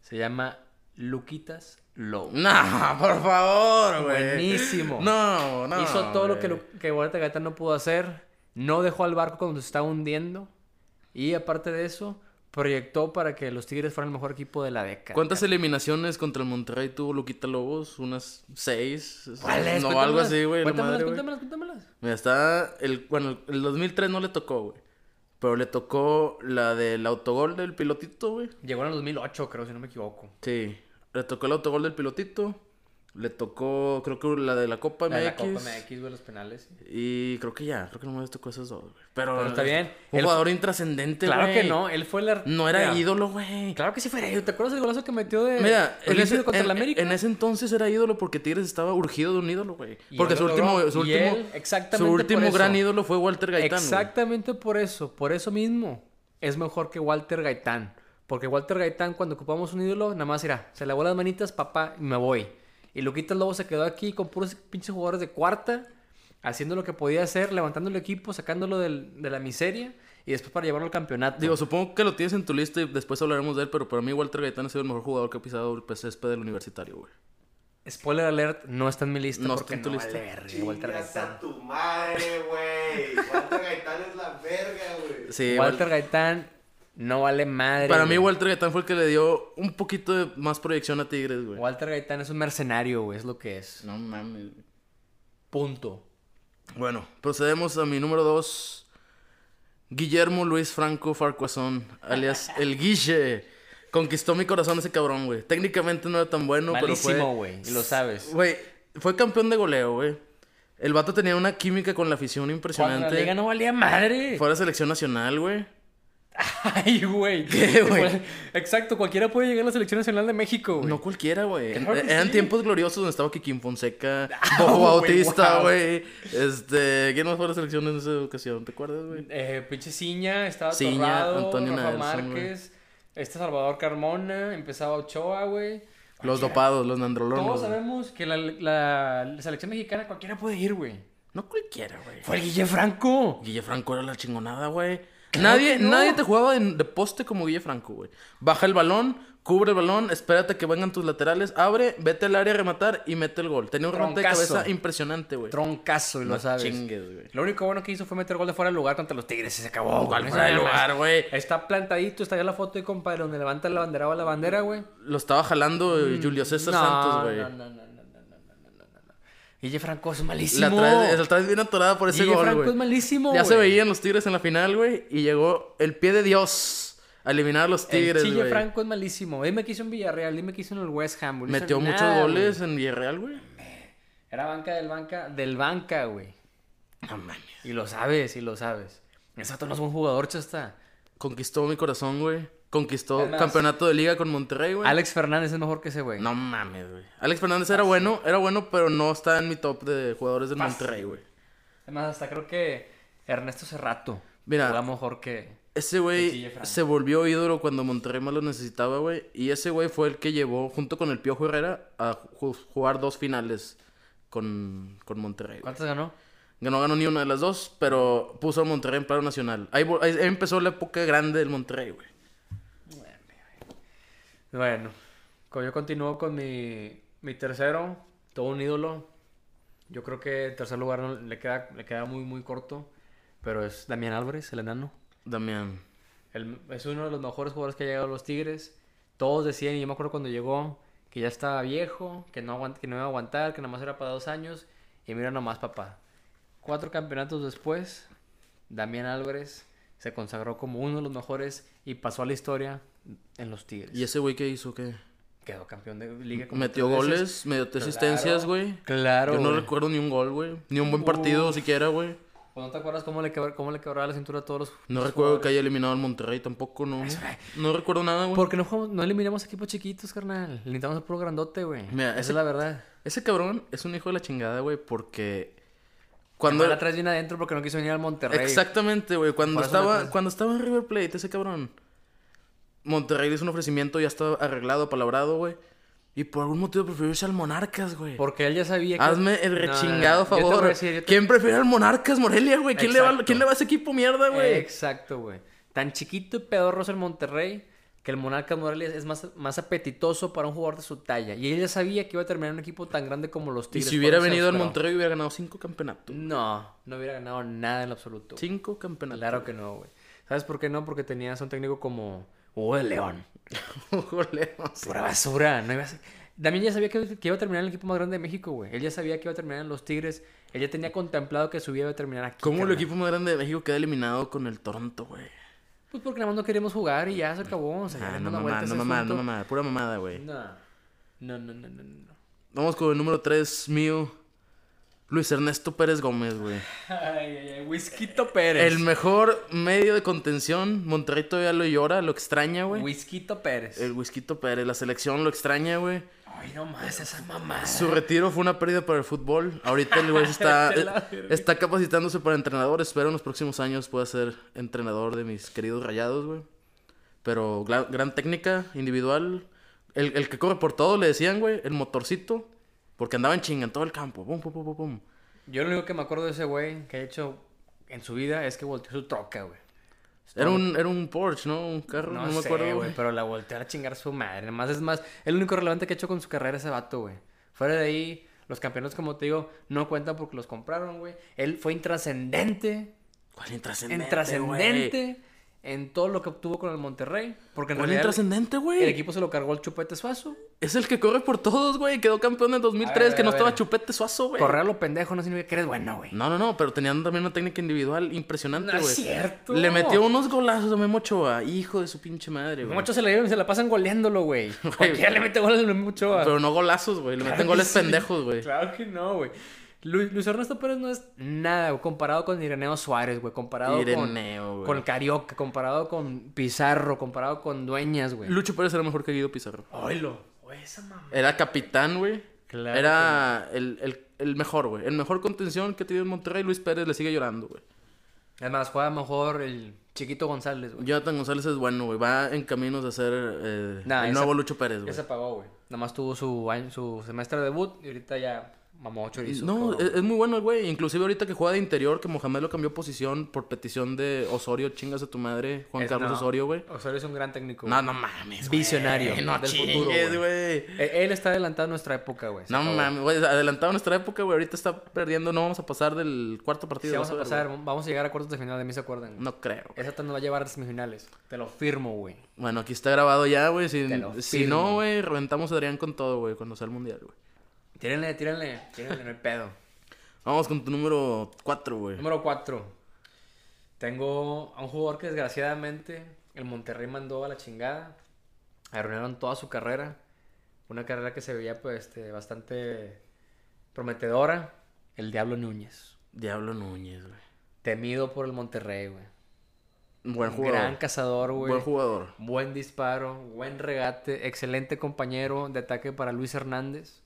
Speaker 2: Se llama Luquitas Lowe.
Speaker 1: No, por favor, güey.
Speaker 2: Buenísimo.
Speaker 1: No, no.
Speaker 2: Hizo todo lo que,
Speaker 1: güey.
Speaker 2: Lu- que Walter Gaitán no pudo hacer. No dejó al barco cuando se estaba hundiendo. Y aparte de eso, proyectó para que los Tigres fueran el mejor equipo de la década.
Speaker 1: ¿Cuántas eliminaciones contra el Monterrey tuvo Luquita Lobos? Unas seis.
Speaker 2: ¿Cuáles?
Speaker 1: No,
Speaker 2: Cuéntamelas.
Speaker 1: algo así, güey. la
Speaker 2: Cuéntamelas,
Speaker 1: madre, güey.
Speaker 2: cuéntamelas, cuéntamelas.
Speaker 1: Mira, está. El, bueno, el 2003 no le tocó, güey. Pero le tocó la del autogol del pilotito, güey.
Speaker 2: Llegó en el 2008, creo, si no me equivoco.
Speaker 1: Sí. Le tocó el autogol del pilotito. Le tocó, creo que la de la Copa MX.
Speaker 2: La de la Copa MX, güey, los penales.
Speaker 1: Y creo que ya, creo que nomás tocó esas dos, güey. Pero,
Speaker 2: Pero está bien.
Speaker 1: Un
Speaker 2: El-
Speaker 1: jugador intrascendente,
Speaker 2: Claro
Speaker 1: güey.
Speaker 2: que no, él fue el...
Speaker 1: No era
Speaker 2: Mira,
Speaker 1: ídolo, güey.
Speaker 2: Claro que sí fue ídolo. ¿Te acuerdas del golazo que metió de...
Speaker 1: Mira, en
Speaker 2: Olímpico
Speaker 1: ese,
Speaker 2: contra
Speaker 1: en-
Speaker 2: el América?
Speaker 1: en ese entonces era ídolo porque Tigres estaba urgido de un ídolo, güey.
Speaker 2: Y
Speaker 1: Porque
Speaker 2: él
Speaker 1: su
Speaker 2: lo
Speaker 1: último,
Speaker 2: logró.
Speaker 1: su
Speaker 2: Y
Speaker 1: último,
Speaker 2: él, exactamente
Speaker 1: su
Speaker 2: por
Speaker 1: último
Speaker 2: eso.
Speaker 1: gran ídolo fue Walter Gaitán. güey.
Speaker 2: Exactamente por eso, por eso mismo. Es mejor que Walter Gaitán. Porque Walter Gaitán, cuando ocupamos un ídolo, nada más era, se lavó las manitas, papá, y me voy. Y Luquita Lobo se quedó aquí con puros pinches jugadores de cuarta, haciendo lo que podía hacer, levantando el equipo, sacándolo del- de la miseria, y después para llevarlo al campeonato.
Speaker 1: Digo, supongo que lo tienes en tu lista y después hablaremos de él, pero para mí Walter Gaitán ha sido el mejor jugador que ha pisado el PSP del universitario, güey.
Speaker 2: Spoiler alert, no está en mi lista.
Speaker 1: No
Speaker 2: porque
Speaker 1: está en tu
Speaker 2: no
Speaker 1: lista.
Speaker 2: vale verga, Walter
Speaker 3: Chingas
Speaker 2: Gaitán.
Speaker 3: a tu madre, güey. Walter Gaitán es la verga, güey.
Speaker 1: Sí,
Speaker 2: Walter
Speaker 1: Walter
Speaker 2: Gaitán no vale madre.
Speaker 1: Para mí
Speaker 2: güey.
Speaker 1: Walter Gaitán fue el que le dio un poquito de más proyección a Tigres, güey.
Speaker 2: Walter Gaitán es un mercenario, güey, es lo que es.
Speaker 1: No mames. güey.
Speaker 2: Punto.
Speaker 1: Bueno, procedemos a mi número dos. Guillermo Luis Franco Farcuazón, alias El Guille. Conquistó mi corazón ese cabrón, güey. Técnicamente no era tan bueno, pero
Speaker 2: Malísimo,
Speaker 1: fue.
Speaker 2: güey. Y lo sabes.
Speaker 1: Güey, fue campeón de goleo, güey. El vato tenía una química con la afición
Speaker 2: Cuando la
Speaker 1: impresionante.
Speaker 2: liga no valía madre.
Speaker 1: Fue a la selección nacional, güey.
Speaker 2: Ay, güey.
Speaker 1: ¿Qué, güey?
Speaker 2: Exacto, cualquiera puede llegar a la selección nacional de México, güey.
Speaker 1: No cualquiera, güey. Eh,
Speaker 2: Claro que
Speaker 1: Eran
Speaker 2: sí.
Speaker 1: tiempos gloriosos donde estaba Kikín Fonseca,
Speaker 2: Ah,
Speaker 1: Bobo
Speaker 2: güey,
Speaker 1: Bautista,
Speaker 2: wow.
Speaker 1: güey. Este, ¿quién más fue a la selección en esa ocasión? ¿Te acuerdas, güey?
Speaker 2: Eh, pinche Ciña, estaba
Speaker 1: Ciña,
Speaker 2: Torrado,
Speaker 1: Antonio
Speaker 2: Rafa
Speaker 1: Nelson, güey.
Speaker 2: Márquez, este Salvador Carmona, empezaba Ochoa, güey.
Speaker 1: Los
Speaker 2: Cualquiera.
Speaker 1: dopados, los
Speaker 2: Todos
Speaker 1: nandrolones. güey.
Speaker 2: sabemos que la, la selección mexicana cualquiera puede ir, güey.
Speaker 1: No cualquiera, güey.
Speaker 2: Fue el Guille Franco.
Speaker 1: Guille Franco era la chingonada, güey.
Speaker 2: Claro
Speaker 1: nadie,
Speaker 2: que no.
Speaker 1: nadie te jugaba de, de poste como Guille Franco, güey. Baja el balón, cubre el balón, espérate que vengan tus laterales, abre, vete al área a rematar y mete el gol. Tenía un remate de
Speaker 2: Troncazo.
Speaker 1: cabeza impresionante, güey.
Speaker 2: Troncazo, y lo
Speaker 1: Este, No
Speaker 2: sabes.
Speaker 1: chingues, güey.
Speaker 2: Lo único bueno que hizo fue meter gol de fuera del lugar contra los Tigres y se acabó. güey.
Speaker 1: Igual
Speaker 2: No
Speaker 1: fuera de
Speaker 2: sabe
Speaker 1: lugar,
Speaker 2: más.
Speaker 1: güey.
Speaker 2: Está plantadito, está allá la foto de compadre donde levanta la bandera o la bandera, güey.
Speaker 1: Lo estaba jalando eh, Julio César Santos, güey.
Speaker 2: No, no, no, no, no, no, no, no, no, no. Guille Franco es malísimo.
Speaker 1: La traes, la traes bien atorada por ese
Speaker 2: Guille
Speaker 1: gol,
Speaker 2: Franco
Speaker 1: güey.
Speaker 2: es malísimo,
Speaker 1: Ya se
Speaker 2: güey.
Speaker 1: veían los Tigres en la final, güey. Y llegó el pie de Dios a eliminar a los Tigres,
Speaker 2: el Chille
Speaker 1: güey.
Speaker 2: Franco es malísimo. Dime que hizo en Villarreal, dime que hizo en el West Ham. güey. No hizo
Speaker 1: Metió muchos
Speaker 2: nada,
Speaker 1: goles
Speaker 2: güey.
Speaker 1: en Villarreal, güey.
Speaker 2: Era banca del banca, del banca, güey.
Speaker 1: No mames.
Speaker 2: Y lo sabes, y lo sabes. Exacto, no es buen jugador, chasta.
Speaker 1: Conquistó mi corazón, güey. Conquistó
Speaker 2: Además-
Speaker 1: campeonato de liga con Monterrey, güey.
Speaker 2: Alex Fernández es mejor que ese güey.
Speaker 1: No mames, güey. Alex Fernández era bueno, era bueno, pero no está en mi top de jugadores del Monterrey, güey.
Speaker 2: Además, hasta creo que Ernesto Cerrato
Speaker 1: Mira.
Speaker 2: juega mejor que...
Speaker 1: Ese
Speaker 2: El Chille
Speaker 1: güey
Speaker 2: Franco.
Speaker 1: se volvió ídolo cuando Monterrey más lo necesitaba, güey. Y ese güey fue el que llevó, junto con el Piojo Herrera, a ju- jugar dos finales con, con Monterrey. güey.
Speaker 2: ¿Cuántas ganó?
Speaker 1: Que no ganó ni una de las dos, pero puso a Monterrey en plano nacional. Ahí, vol- ahí empezó la época grande del Monterrey, güey.
Speaker 2: Bueno, como yo continúo con mi, mi tercero, todo un ídolo. Yo creo que el tercer lugar no- le queda, le queda muy, muy corto, pero es Damián Álvarez, el enano.
Speaker 1: Damián.
Speaker 2: El- es uno de los mejores jugadores que ha llegado a los Tigres. Todos decían, y yo me acuerdo cuando llegó, que ya estaba viejo, que no, aguant- que no iba a aguantar, que nada más era para dos años. Y mira nomás, papá. Cuatro campeonatos después, Damián Álvarez se consagró como uno de los mejores y pasó a la historia en los Tigres.
Speaker 1: ¿Y ese güey qué hizo? ¿Qué?
Speaker 2: Quedó campeón de liga. como
Speaker 1: Metió
Speaker 2: tres veces.
Speaker 1: goles, metió asistencias, güey.
Speaker 2: Claro.
Speaker 1: Yo no
Speaker 2: güey. Uh.
Speaker 1: recuerdo ni un gol, güey. Ni un buen partido siquiera, güey.
Speaker 2: ¿O Pues, no te acuerdas cómo le, quebra- cómo le quebraba la cintura a todos los
Speaker 1: No
Speaker 2: los
Speaker 1: recuerdo que
Speaker 2: jugadores?
Speaker 1: haya eliminado al Monterrey tampoco, no. No recuerdo nada, güey.
Speaker 2: Porque no, jugamos- no eliminamos equipos chiquitos, carnal. Eliminamos a puro grandote, güey.
Speaker 1: Mira,
Speaker 2: Esa
Speaker 1: ese-
Speaker 2: es la verdad.
Speaker 1: Ese cabrón es un hijo de la chingada, güey, porque
Speaker 2: Cuando
Speaker 1: cuando
Speaker 2: la traes bien adentro porque no quiso venir al Monterrey.
Speaker 1: exactamente, güey, cuando
Speaker 2: Por eso la
Speaker 1: estaba
Speaker 2: traes.
Speaker 1: cuando estaba en River Plate ese cabrón Monterrey le hizo un ofrecimiento ya estaba arreglado, palabrado, güey, y por algún motivo prefirió irse al Monarcas, güey.
Speaker 2: Porque él ya sabía que.
Speaker 1: Hazme el
Speaker 2: No, no, no,
Speaker 1: rechingado
Speaker 2: yo te voy a
Speaker 1: favor.
Speaker 2: decir, yo te-
Speaker 1: ¿Quién prefiere al Monarcas, Morelia, güey? ¿Quién le, va,
Speaker 2: Exacto.
Speaker 1: ¿Quién le va a ese equipo mierda, güey?
Speaker 2: Exacto, güey. Tan chiquito y pedorro es el Monterrey que el Monarca Morales es más, más apetitoso para un jugador de su talla. Y él ya sabía que iba a terminar en un equipo tan grande como los
Speaker 1: Y
Speaker 2: Tigres.
Speaker 1: si hubiera
Speaker 2: por eso se
Speaker 1: venido al
Speaker 2: esperó.
Speaker 1: Monterrey hubiera ganado cinco campeonatos.
Speaker 2: No, no hubiera ganado nada en lo absoluto. güey.
Speaker 1: Cinco campeonatos.
Speaker 2: Claro que no, güey. ¿Sabes por qué no? Porque tenías un técnico como Hugo de León.
Speaker 1: Jole, no sé.
Speaker 2: Pura basura. No iba a ser- También ya sabía que, que iba a terminar en el equipo más grande de México, güey. Él ya sabía que iba a terminar en los Tigres. Él ya tenía contemplado que su vida iba a terminar aquí.
Speaker 1: ¿Cómo el
Speaker 2: carnal.
Speaker 1: equipo más grande de México queda eliminado con el Toronto, güey?
Speaker 2: Pues porque nada más no queremos jugar y ya se acabó. O sea, ya
Speaker 1: Ah,
Speaker 2: le
Speaker 1: no
Speaker 2: dimos la
Speaker 1: mamá,
Speaker 2: vuelta a
Speaker 1: no
Speaker 2: ese
Speaker 1: mamá, no
Speaker 2: asunto.
Speaker 1: mamá, pura mamada, güey.
Speaker 2: No, no, no, no, no. no.
Speaker 1: Vamos con el número 3 mío. Luis Ernesto Pérez Gómez, güey.
Speaker 2: Ay, ay, ay. Whisquito Pérez.
Speaker 1: El mejor medio de contención. Monterrey todavía lo llora, lo extraña, güey.
Speaker 2: Whisquito Pérez.
Speaker 1: El Whisquito Pérez, la selección lo extraña, güey.
Speaker 2: Ay, no más, esa mamá.
Speaker 1: Su retiro fue una pérdida para el fútbol. Ahorita el güey se está,
Speaker 2: Vete a la verga.
Speaker 1: está capacitándose para entrenador. Espero en los próximos años pueda ser entrenador de mis queridos rayados, güey. Pero gla- gran técnica individual. El, el que corre por todo, le decían, güey, el motorcito. Porque andaba en chinga en todo el campo. Pum, pum, pum, pum, pum.
Speaker 2: Yo lo único que me acuerdo de ese güey que ha hecho en su vida es que volteó su troca, güey.
Speaker 1: Era un, era un Porsche, ¿no? Un carro, no,
Speaker 2: No,
Speaker 1: me
Speaker 2: sé,
Speaker 1: acuerdo,
Speaker 2: güey,
Speaker 1: güey.
Speaker 2: pero la volteó a chingar su madre. Nada más es más, el único relevante que ha hecho con su carrera ese vato, güey. Fuera de ahí, los campeonatos, como te digo, no cuentan porque los compraron, güey. Él fue intrascendente,
Speaker 1: ¿Cuál intrascendente?
Speaker 2: intrascendente. en todo lo que obtuvo con el Monterrey. Porque en
Speaker 1: ¿Cuál
Speaker 2: realidad el,
Speaker 1: intrascendente,
Speaker 2: el
Speaker 1: güey?
Speaker 2: equipo se lo cargó el Chupete Suazo.
Speaker 1: Es el que corre por todos, güey. Quedó campeón en 2003,
Speaker 2: A ver,
Speaker 1: que no
Speaker 2: a ver.
Speaker 1: estaba chupete suazo, güey.
Speaker 2: Correr a lo pendejo no significa que eres bueno, güey.
Speaker 1: No, no, no, pero tenían también una técnica individual impresionante,
Speaker 2: No
Speaker 1: güey.
Speaker 2: es cierto.
Speaker 1: Le metió unos golazos a Memo Ochoa, hijo de su pinche madre, güey.
Speaker 2: Muchos se, la llevan- se la pasan goleándolo, güey. Cualquiera le mete goles al Memo Ochoa.
Speaker 1: Pero no golazos, güey. Le meten goles pendejos, güey.
Speaker 2: Claro que no, güey. Lu- Luis, Ernesto Pérez no es nada, güey, comparado con Ireneo Suárez, güey, comparado
Speaker 1: Ireneo,
Speaker 2: con,
Speaker 1: güey.
Speaker 2: con Carioca, comparado con Pizarro, comparado con Dueñas, güey.
Speaker 1: Lucho Pérez era mejor que Guido Pizarro.
Speaker 2: Oilo, güey, oh, esa mamá.
Speaker 1: Era capitán, güey.
Speaker 2: Claro
Speaker 1: Era el, el- el mejor, güey. El mejor contención que ha tenido en Monterrey. Luis Pérez le sigue llorando, güey.
Speaker 2: Además, juega mejor el Chiquito González, güey.
Speaker 1: Jonathan González es bueno, güey. Va en caminos de ser eh,
Speaker 2: Nah,
Speaker 1: el
Speaker 2: esa-
Speaker 1: nuevo Lucho Pérez, güey.
Speaker 2: Ya se apagó, güey. Nada más tuvo su, año- su semestre de debut y ahorita ya mamó chorizo.
Speaker 1: No, e-,
Speaker 2: cabrón.
Speaker 1: es, es muy bueno el güey. Inclusive ahorita que juega de interior, que Mohamed lo cambió posición por petición de Osorio, chingas a tu madre, Juan
Speaker 2: Es-
Speaker 1: Carlos
Speaker 2: no,
Speaker 1: Osorio, güey.
Speaker 2: Osorio es un gran técnico.
Speaker 1: No,
Speaker 2: güey.
Speaker 1: no mames. güey.
Speaker 2: Visionario
Speaker 1: No
Speaker 2: del
Speaker 1: chingues,
Speaker 2: futuro, güey.
Speaker 1: güey.
Speaker 2: Eh, Él está adelantado a nuestra época, güey. Se
Speaker 1: No
Speaker 2: acabó.
Speaker 1: mames, güey. Adelantado nuestra época, güey. Ahorita está perdiendo. No vamos a pasar del cuarto partido.
Speaker 2: Sí, vamos
Speaker 1: vas
Speaker 2: a
Speaker 1: ver,
Speaker 2: pasar,
Speaker 1: güey.
Speaker 2: vamos a llegar a cuartos de final, de mí se acuerdan. güey.
Speaker 1: No creo.
Speaker 2: Esa te nos va a llevar a semifinales. Te lo firmo, güey.
Speaker 1: Bueno, aquí está grabado ya, güey.
Speaker 2: Te lo
Speaker 1: Si, si
Speaker 2: firmo.
Speaker 1: no, güey, reventamos a Adrián con todo, güey, cuando sea el mundial, güey.
Speaker 2: Tírenle, tírenle, tírenle en el pedo.
Speaker 1: Vamos con tu número 4, güey.
Speaker 2: Número 4. Tengo a un jugador que desgraciadamente el Monterrey mandó a la chingada. Arruinaron toda su carrera. Una carrera que se veía pues, este, bastante prometedora. El Diablo Núñez.
Speaker 1: Diablo Núñez, güey.
Speaker 2: Temido por el Monterrey, güey.
Speaker 1: Buen jugador.
Speaker 2: Gran cazador, güey.
Speaker 1: Buen jugador.
Speaker 2: Buen disparo, buen regate, excelente compañero de ataque para Luis Hernández.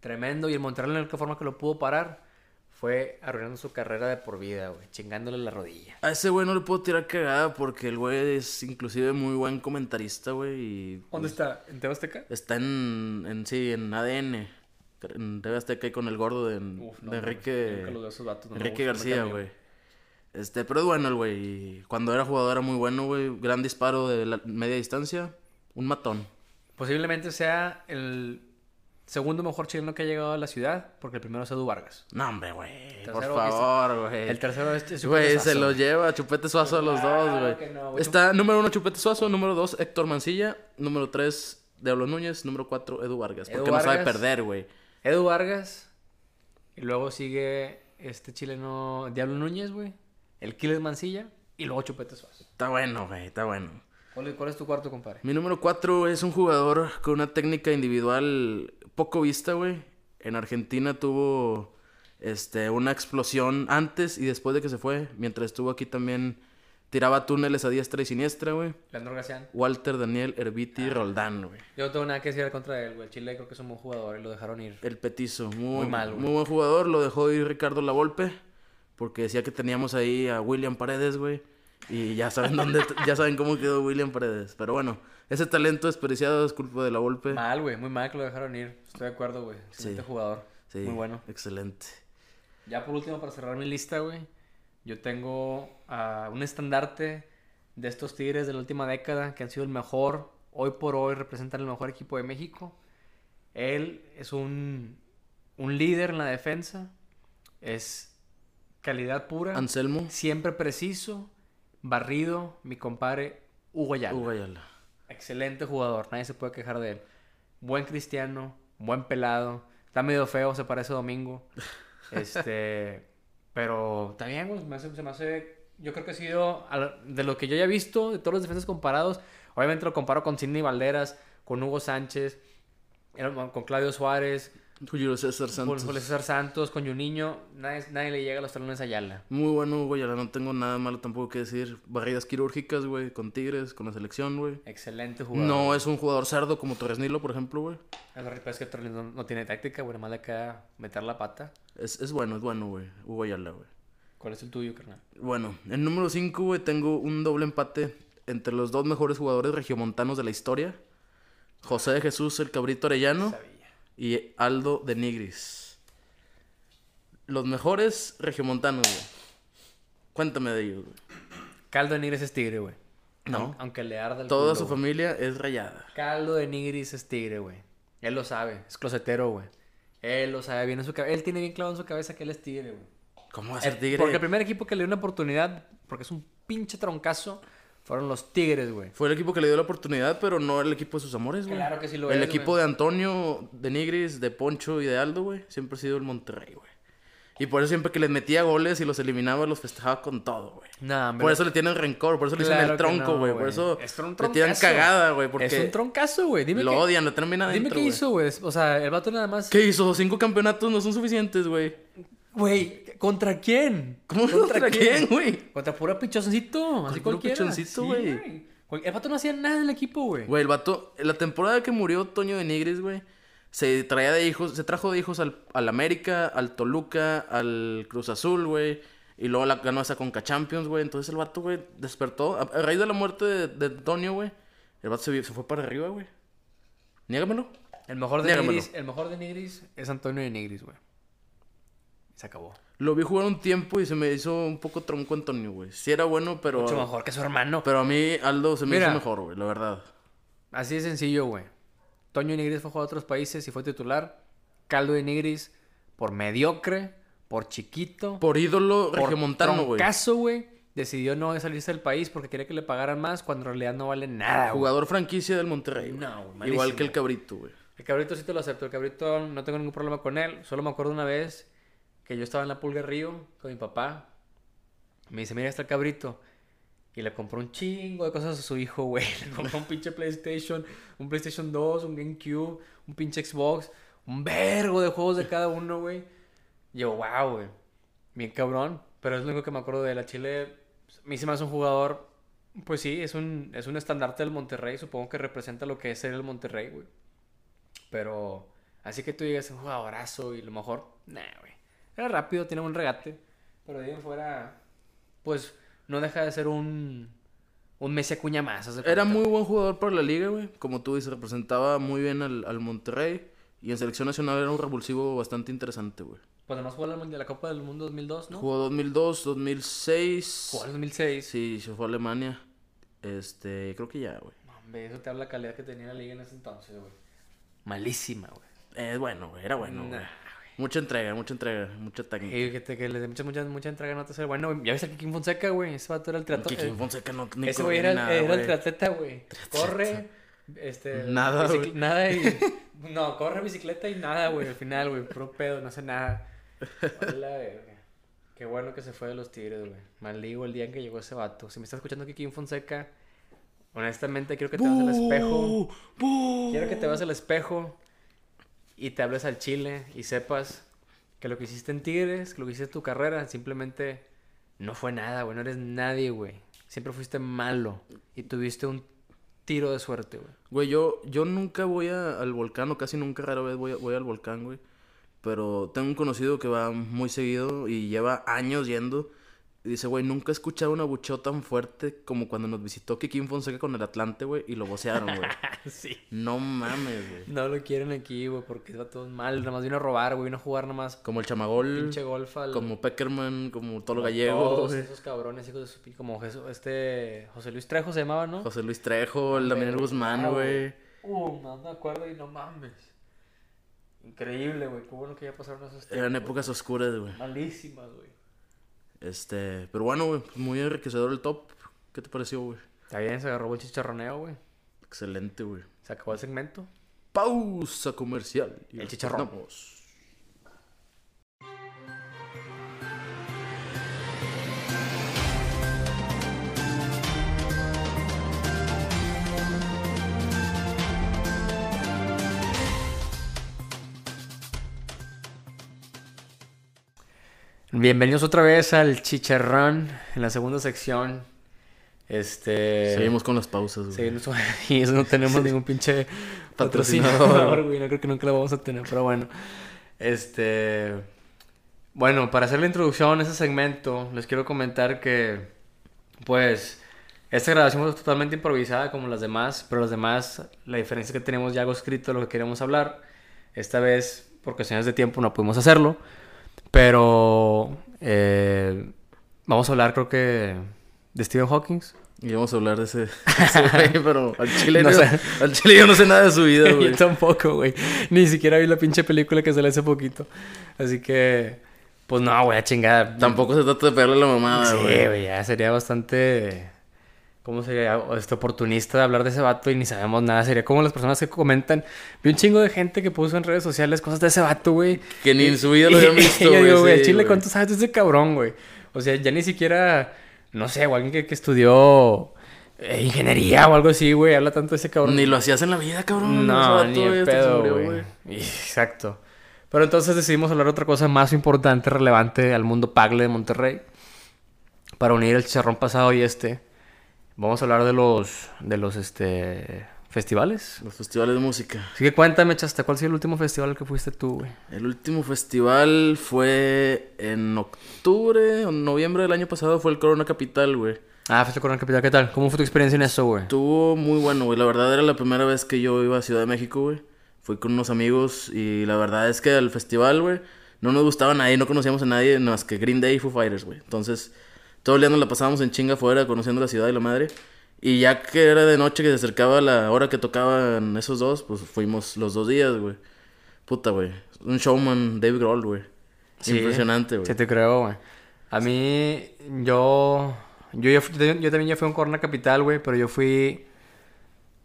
Speaker 2: Tremendo. Y el Monterrey, la única forma que lo pudo parar fue arruinando su carrera de por vida, güey. Chingándole la rodilla.
Speaker 1: A ese güey no le puedo tirar cagada porque el güey es inclusive muy buen comentarista, güey. Y
Speaker 2: ¿Dónde está? ¿En Tebasteca?
Speaker 1: está en, en sí, en ADN. En TV Azteca y con el gordo de, de Enrique, Enrique García, güey. Este, pero es bueno el güey. y Cuando era jugador era muy bueno, güey. Gran disparo de la media distancia. Un matón.
Speaker 2: Posiblemente sea el segundo mejor chileno que ha llegado a la ciudad, porque el primero es Edu Vargas.
Speaker 1: No, hombre, güey. Por
Speaker 2: Tercero,
Speaker 1: favor, güey.
Speaker 2: El tercero es es
Speaker 1: Güey,
Speaker 2: Chupete
Speaker 1: se lo
Speaker 2: Suazo.
Speaker 1: lleva Chupete Suazo a los
Speaker 2: Claro
Speaker 1: dos, güey.
Speaker 2: que no, güey.
Speaker 1: Está número uno Chupete Suazo, número dos Héctor Mancilla, número tres Diablo Núñez, número cuatro Edu Vargas.
Speaker 2: Edu
Speaker 1: Porque no sabe
Speaker 2: Vargas.
Speaker 1: perder, güey.
Speaker 2: Edu Vargas. Y luego sigue este chileno Diablo Núñez, güey. El Killer Mancilla. Y luego Chupete Suazo.
Speaker 1: Está bueno, güey, está bueno.
Speaker 2: ¿Cuál, es- cuál es tu cuarto, compadre?
Speaker 1: Mi número cuatro es un jugador con una técnica individual poco vista, güey. En Argentina tuvo este, una explosión antes y después de que se fue. Mientras estuvo aquí también tiraba túneles a diestra y siniestra, güey.
Speaker 2: Leandro Gacián.
Speaker 1: Walter Daniel Herbiti
Speaker 2: Ah.
Speaker 1: Roldán, güey.
Speaker 2: Yo no tengo nada que decir contra él, güey. El Chile creo que es un buen jugador y lo dejaron ir.
Speaker 1: El petizo, muy,
Speaker 2: Muy mal, güey.
Speaker 1: muy buen jugador, lo dejó ir Ricardo Lavolpe, porque decía que teníamos ahí a William Paredes, güey. Y ya saben dónde, ya saben cómo quedó William Paredes. Pero bueno, ese talento desperdiciado es culpa de la Volpe.
Speaker 2: Mal, güey. Muy mal que lo dejaron ir. Estoy de acuerdo, güey. Excelente
Speaker 1: Sí.
Speaker 2: jugador.
Speaker 1: Sí,
Speaker 2: Muy bueno.
Speaker 1: Excelente.
Speaker 2: Ya por último, para cerrar mi lista, güey. Yo tengo a un estandarte de estos Tigres de la última década que han sido el mejor. Hoy por hoy representan el mejor equipo de México. Él es un, un líder en la defensa. Es calidad pura.
Speaker 1: Anselmo,
Speaker 2: Siempre preciso. Barrido, mi compadre Hugo Ayala.
Speaker 1: Hugo Ayala.
Speaker 2: Excelente jugador, nadie se puede quejar de él. Buen cristiano, buen pelado. Está medio feo, se parece a Domingo. Este, pero también güey, se me hace- se me hace- yo creo que ha sido, al- de lo que yo ya he visto, de todos los defensas comparados, obviamente lo comparo con Sidney Valderas, con Hugo Sánchez, era- con Claudio Suárez,
Speaker 1: Julio César
Speaker 2: con
Speaker 1: Santos.
Speaker 2: con César Santos, con Juninho, nadie, nadie le llega a los talones a Ayala.
Speaker 1: Muy bueno Hugo Ayala, no tengo nada malo tampoco que decir. Barridas quirúrgicas, güey, con Tigres, con la selección, güey.
Speaker 2: Excelente jugador.
Speaker 1: No es un jugador cerdo como Torres Nilo, por ejemplo, güey.
Speaker 2: El horrible es que Torres no, no tiene táctica, bueno, más le queda meter la pata.
Speaker 1: Es, es bueno, es bueno, güey. Hugo Ayala, güey.
Speaker 2: ¿Cuál es el tuyo, carnal?
Speaker 1: Bueno, en número 5, güey, tengo un doble empate entre los dos mejores jugadores regiomontanos de la historia. José de Jesús, el cabrito arellano,
Speaker 2: Sabía.
Speaker 1: y Aldo de Nigris. Los mejores regiomontanos, güey. Cuéntame de ellos, güey.
Speaker 2: Caldo de Nigris es tigre, güey.
Speaker 1: No.
Speaker 2: Aunque le arda el
Speaker 1: Toda
Speaker 2: culo,
Speaker 1: su
Speaker 2: güey.
Speaker 1: familia es rayada.
Speaker 2: Caldo de Nigris es tigre, güey. Él lo sabe. Es closetero, güey. Él lo sabe bien en su cabeza. Él tiene bien claro en su cabeza que él es tigre, güey.
Speaker 1: ¿Cómo va a ser
Speaker 2: Eh,
Speaker 1: Tigre?
Speaker 2: Porque el primer equipo que le dio una oportunidad, porque es un pinche troncazo, fueron los Tigres, güey.
Speaker 1: Fue el equipo que le dio la oportunidad, pero no el equipo de sus amores, güey.
Speaker 2: Claro que sí lo
Speaker 1: El
Speaker 2: es,
Speaker 1: equipo
Speaker 2: güey.
Speaker 1: de Antonio, de Nigris, de Poncho y de Aldo, güey, siempre ha sido el Monterrey, güey. Y por eso siempre que les metía goles y los eliminaba, los festejaba con todo, güey.
Speaker 2: Nah, hombre,
Speaker 1: Por eso le tienen rencor, por eso le dicen
Speaker 2: claro
Speaker 1: el
Speaker 2: que
Speaker 1: tronco,
Speaker 2: no,
Speaker 1: güey. por eso
Speaker 2: Es un
Speaker 1: le tiran
Speaker 2: troncazo.
Speaker 1: cagada, güey, porque
Speaker 2: Es un troncazo, güey. Dime
Speaker 1: lo
Speaker 2: qué,
Speaker 1: odian, lo terminan
Speaker 2: dime
Speaker 1: adentro,
Speaker 2: qué
Speaker 1: güey.
Speaker 2: hizo, güey. O sea, el vato nada más...
Speaker 1: ¿Qué hizo? Cinco campeonatos no son suficientes, güey.
Speaker 2: Güey, ¿contra quién?
Speaker 1: ¿Cómo contra quién, güey?
Speaker 2: Contra puro pichoncito, así
Speaker 1: Con puro
Speaker 2: cualquiera.
Speaker 1: pichoncito,
Speaker 2: Sí,
Speaker 1: güey.
Speaker 2: Cual- El vato no hacía nada en el equipo, güey.
Speaker 1: Güey, el vato, la temporada que murió Toño de Nigris, güey, se traía de hijos, se trajo de hijos al, al América, al Toluca, al Cruz Azul, güey. Y luego la ganó esa Conca Champions, güey. Entonces el vato, güey, despertó. A, a raíz de la muerte de, de Toño, güey, el vato se, vi- se fue para arriba, güey. Niégamelo.
Speaker 2: El mejor de
Speaker 1: Dígamelo.
Speaker 2: Nigris, el mejor de Nigris es Antonio de Nigris, güey. Se acabó.
Speaker 1: Lo vi jugar un tiempo y se me hizo un poco tronco Antonio, güey. Sí era bueno, pero...
Speaker 2: Mucho mejor que su hermano.
Speaker 1: Pero a mí Aldo se me
Speaker 2: Mira.
Speaker 1: hizo mejor, güey, la verdad.
Speaker 2: Así de sencillo, güey. Toño Nigris fue a jugar a otros países y fue titular. Caldo de Nigris por mediocre, por chiquito,
Speaker 1: Por ídolo regiomontano, güey.
Speaker 2: troncazo, güey. Decidió no salirse del país porque quería que le pagaran más cuando en realidad no vale nada, güey.
Speaker 1: Jugador franquicia del Monterrey. güey.
Speaker 2: No, malísimo.
Speaker 1: Igual que el cabrito, güey.
Speaker 2: El cabrito sí te lo acepto. El cabrito no tengo ningún problema con él. Solo me acuerdo una vez que yo estaba en la Pulga Río con mi papá. Me dice, mira, ahí está el cabrito. Y le compró un chingo de cosas a su hijo, güey. Le compró un pinche PlayStation, un PlayStation 2, un GameCube, un pinche Xbox, un vergo de juegos de cada uno, güey. Y Yo, wow, güey. Bien cabrón. Pero es lo único que me acuerdo de la Chile. A mí se me hace un jugador. Pues sí, es un, es un estandarte del Monterrey. Supongo que representa lo que es ser el Monterrey, güey. Pero así que tú llegas a un jugadorazo y a lo mejor, nah, güey. Era rápido, tiene un regate. Pero de ahí en fuera, pues no deja de ser un, un Messi Acuña más. haz de
Speaker 1: Era
Speaker 2: cuenta.
Speaker 1: muy buen jugador para la liga, güey. Como tú dices, representaba muy bien al, al Monterrey. Y en selección nacional era un revulsivo bastante interesante, güey.
Speaker 2: Cuando más Pues jugó la, Mundial- la Copa del Mundo 2002, ¿no?
Speaker 1: Jugó 2002, 2006.
Speaker 2: Jugó el 2006.
Speaker 1: Sí, se fue a Alemania. Este, creo que ya, güey.
Speaker 2: No, hombre, eso te habla la calidad que tenía la liga en ese entonces, güey. Malísima, güey.
Speaker 1: Es bueno, güey. Era bueno, güey.
Speaker 2: Nah,
Speaker 1: Mucha entrega, mucha entrega, mucha técnica.
Speaker 2: Y que, te- que le dé mucha, mucha, mucha entrega no te sale. Bueno, güey, ya ves a Kikín Fonseca, güey. Ese vato era el triatleta.
Speaker 1: Kikín Fonseca no ni
Speaker 2: Ese güey
Speaker 1: corría
Speaker 2: era,
Speaker 1: ni nada,
Speaker 2: era el
Speaker 1: güey.
Speaker 2: triatleta, güey. Corre, este...
Speaker 1: Nada,
Speaker 2: bicicl-
Speaker 1: güey.
Speaker 2: Nada y... No, corre, bicicleta y nada, güey. Al final, güey, puro pedo, no hace nada. A la verga. Qué bueno que se fue de los Tigres, güey. Maldigo el día en que llegó ese vato. Si me está escuchando Kikín Fonseca, honestamente quiero que te veas al espejo.
Speaker 1: ¡Bú!
Speaker 2: Quiero que te veas al espejo y te hables al chile y sepas que lo que hiciste en Tigres, que lo que hiciste en tu carrera, simplemente no fue nada, güey. No eres nadie, güey. Siempre fuiste malo y tuviste un tiro de suerte, güey.
Speaker 1: Güey, yo, yo nunca voy a- al volcán, o casi nunca rara vez voy, a- voy al volcán, güey. Pero tengo un conocido que va muy seguido y lleva años yendo. Y dice, güey, nunca he escuchado un abucheo tan fuerte como cuando nos visitó Kikín Fonseca con el Atlante, güey, y lo vocearon, güey.
Speaker 2: sí.
Speaker 1: No mames, güey.
Speaker 2: No lo quieren aquí, güey, porque está todo mal. Nada más vino a robar, güey. Vino a jugar nada más
Speaker 1: Como el Chamagol,
Speaker 2: pinche golf al...
Speaker 1: Mm. como Peckerman, como Tolo
Speaker 2: como
Speaker 1: Gallego,
Speaker 2: todos
Speaker 1: güey.
Speaker 2: esos cabrones, hijos de su... pin- Como Jesús- este... José Luis Trejo se llamaba, ¿no?
Speaker 1: José Luis Trejo, el Damián Guzmán,
Speaker 2: Ah,
Speaker 1: güey.
Speaker 2: Uh, no me acuerdo y no mames. Increíble, güey. Qué bueno que ya pasaron esos tiempos.
Speaker 1: Eran épocas oscuras, güey.
Speaker 2: Malísimas, güey.
Speaker 1: Este, pero bueno, güey, pues, muy enriquecedor el top. ¿Qué te pareció, güey?
Speaker 2: Está bien, se agarró el chicharroneo, güey.
Speaker 1: Excelente, güey.
Speaker 2: Se acabó el segmento.
Speaker 1: pausa comercial. Y
Speaker 2: El chicharrón.
Speaker 1: retornamos.
Speaker 2: Bienvenidos otra vez al chicharrón en la segunda sección. Este.
Speaker 1: Seguimos con las pausas, güey.
Speaker 2: seguimos- Y eso no tenemos ningún pinche
Speaker 1: Patrocinador.
Speaker 2: patrocinador, güey. No creo que nunca lo vamos a tener, pero bueno. Este. Bueno, para hacer la introducción a ese segmento, les quiero comentar que, pues, esta grabación fue totalmente improvisada como las demás, pero las demás, la diferencia es que tenemos ya algo escrito de lo que queríamos hablar. Esta vez, por cuestiones de tiempo, no pudimos hacerlo, pero eh, vamos a hablar, creo que, de Stephen Hawking.
Speaker 1: Y vamos a hablar de ese, ese güey, pero al chile,
Speaker 2: No
Speaker 1: no-
Speaker 2: sé.
Speaker 1: al chile yo no sé nada de su vida, güey.
Speaker 2: Yo tampoco, güey. Ni siquiera vi la pinche película que sale hace poquito. Así que, Pues no, güey, a chingada.
Speaker 1: Tampoco se trata de pegarle a la mamada,
Speaker 2: Sí,
Speaker 1: güey.
Speaker 2: güey, ya sería bastante. ¿Cómo sería? Este oportunista de hablar de ese vato y ni sabemos nada. Sería como las personas que comentan. Vi un chingo de gente que puso en redes sociales cosas de ese vato, güey.
Speaker 1: que ni en su vida lo habían visto,
Speaker 2: Y yo
Speaker 1: güey.
Speaker 2: digo, güey, al
Speaker 1: sí,
Speaker 2: chile,
Speaker 1: güey.
Speaker 2: ¿cuánto sabes de ese cabrón, güey? O sea, ya ni siquiera, no sé, o alguien que, que estudió eh, ingeniería o algo así, güey, habla tanto de ese cabrón.
Speaker 1: Ni lo hacías en la vida, cabrón. ese
Speaker 2: no,
Speaker 1: vato,
Speaker 2: ni el
Speaker 1: hasta que se
Speaker 2: pedo,
Speaker 1: murió,
Speaker 2: güey. Y- Exacto. Pero entonces decidimos hablar de otra cosa más importante, relevante al mundo pagle de Monterrey. Para unir el chicharrón pasado y este, vamos a hablar de los, de los, este, festivales.
Speaker 1: Los festivales de música.
Speaker 2: Así que cuéntame, Chasta, ¿cuál ha sido el último festival al que fuiste tú, güey?
Speaker 1: El último festival fue en octubre o noviembre del año pasado. Fue el Corona Capital, güey.
Speaker 2: Ah, fuiste a Corona Capital, ¿qué tal? ¿Cómo fue tu experiencia en eso, güey?
Speaker 1: Estuvo muy bueno, güey. La verdad era la primera vez que yo iba a Ciudad de México, güey. Fui con unos amigos y la verdad es que al festival, güey, no nos gustaba nadie, no conocíamos a nadie más que Green Day y Foo Fighters, güey. Entonces, todo el día nos la pasábamos en chinga afuera, conociendo la ciudad y la madre. Y ya que era de noche que se acercaba la hora que tocaban esos dos, pues fuimos los dos días, güey. Puta, güey. Un showman, Dave Grohl, güey.
Speaker 2: Sí,
Speaker 1: Impresionante, güey.
Speaker 2: Sí, te creo, güey. A mí, yo. Yo, ya fui- yo también ya fui a un Corona Capital, güey, pero yo fui.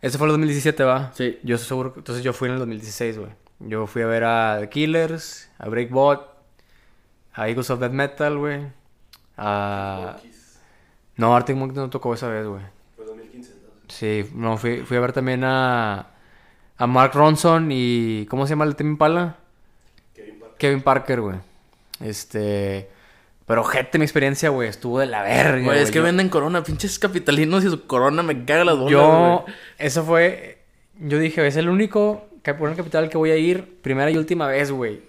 Speaker 2: Ese fue el 2017, ¿va?
Speaker 1: Sí.
Speaker 2: Yo estoy seguro. que- Entonces yo fui en el 2016, güey. Yo fui a ver a The Killers, a Breakbot, a Eagles of Death Metal, güey. A. No, Arctic Monkeys no tocó esa vez, güey.
Speaker 3: Fue 2015 entonces.
Speaker 2: Sí, no, fui, fui a ver también a. A Mark Ronson y. ¿Cómo se llama el de Tame Impala?
Speaker 3: Kevin Parker.
Speaker 2: Kevin Parker, güey. Este. Pero, gente, mi experiencia, güey, estuvo de la verga.
Speaker 1: Güey, es
Speaker 2: güey.
Speaker 1: que
Speaker 2: Yo-
Speaker 1: venden corona, pinches capitalinos y su corona me caga las bolas,
Speaker 2: Yo,
Speaker 1: güey.
Speaker 2: eso fue. Yo dije, es el único cap- una capital al que voy a ir primera y última vez, güey.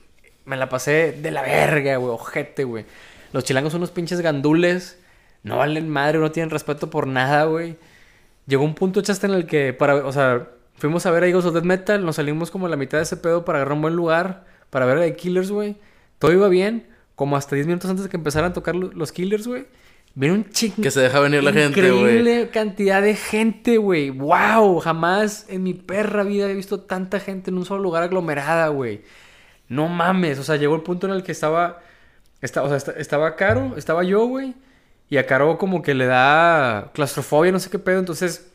Speaker 2: Me la pasé de la verga, güey, ojete, güey. Los chilangos son unos pinches gandules. No valen madre, no tienen respeto por nada, güey. Llegó un punto chasta en el que, para, o sea, fuimos a ver a Eagles of Death Metal, nos salimos como a la mitad de ese pedo para agarrar un buen lugar, para ver a The Killers, güey. Todo iba bien, como hasta 10 minutos antes de que empezaran a tocar lo- los Killers, güey. Vino un chingo
Speaker 1: Que se deja venir la gente, güey.
Speaker 2: Increíble cantidad de gente, güey. ¡Wow! Jamás en mi perra vida he visto tanta gente en un solo lugar aglomerada, güey. No mames. O sea, llegó el punto en el que estaba. esta- o sea, esta- estaba Caro, estaba yo, güey. Y a Caro como que le da claustrofobia, no sé qué pedo. Entonces,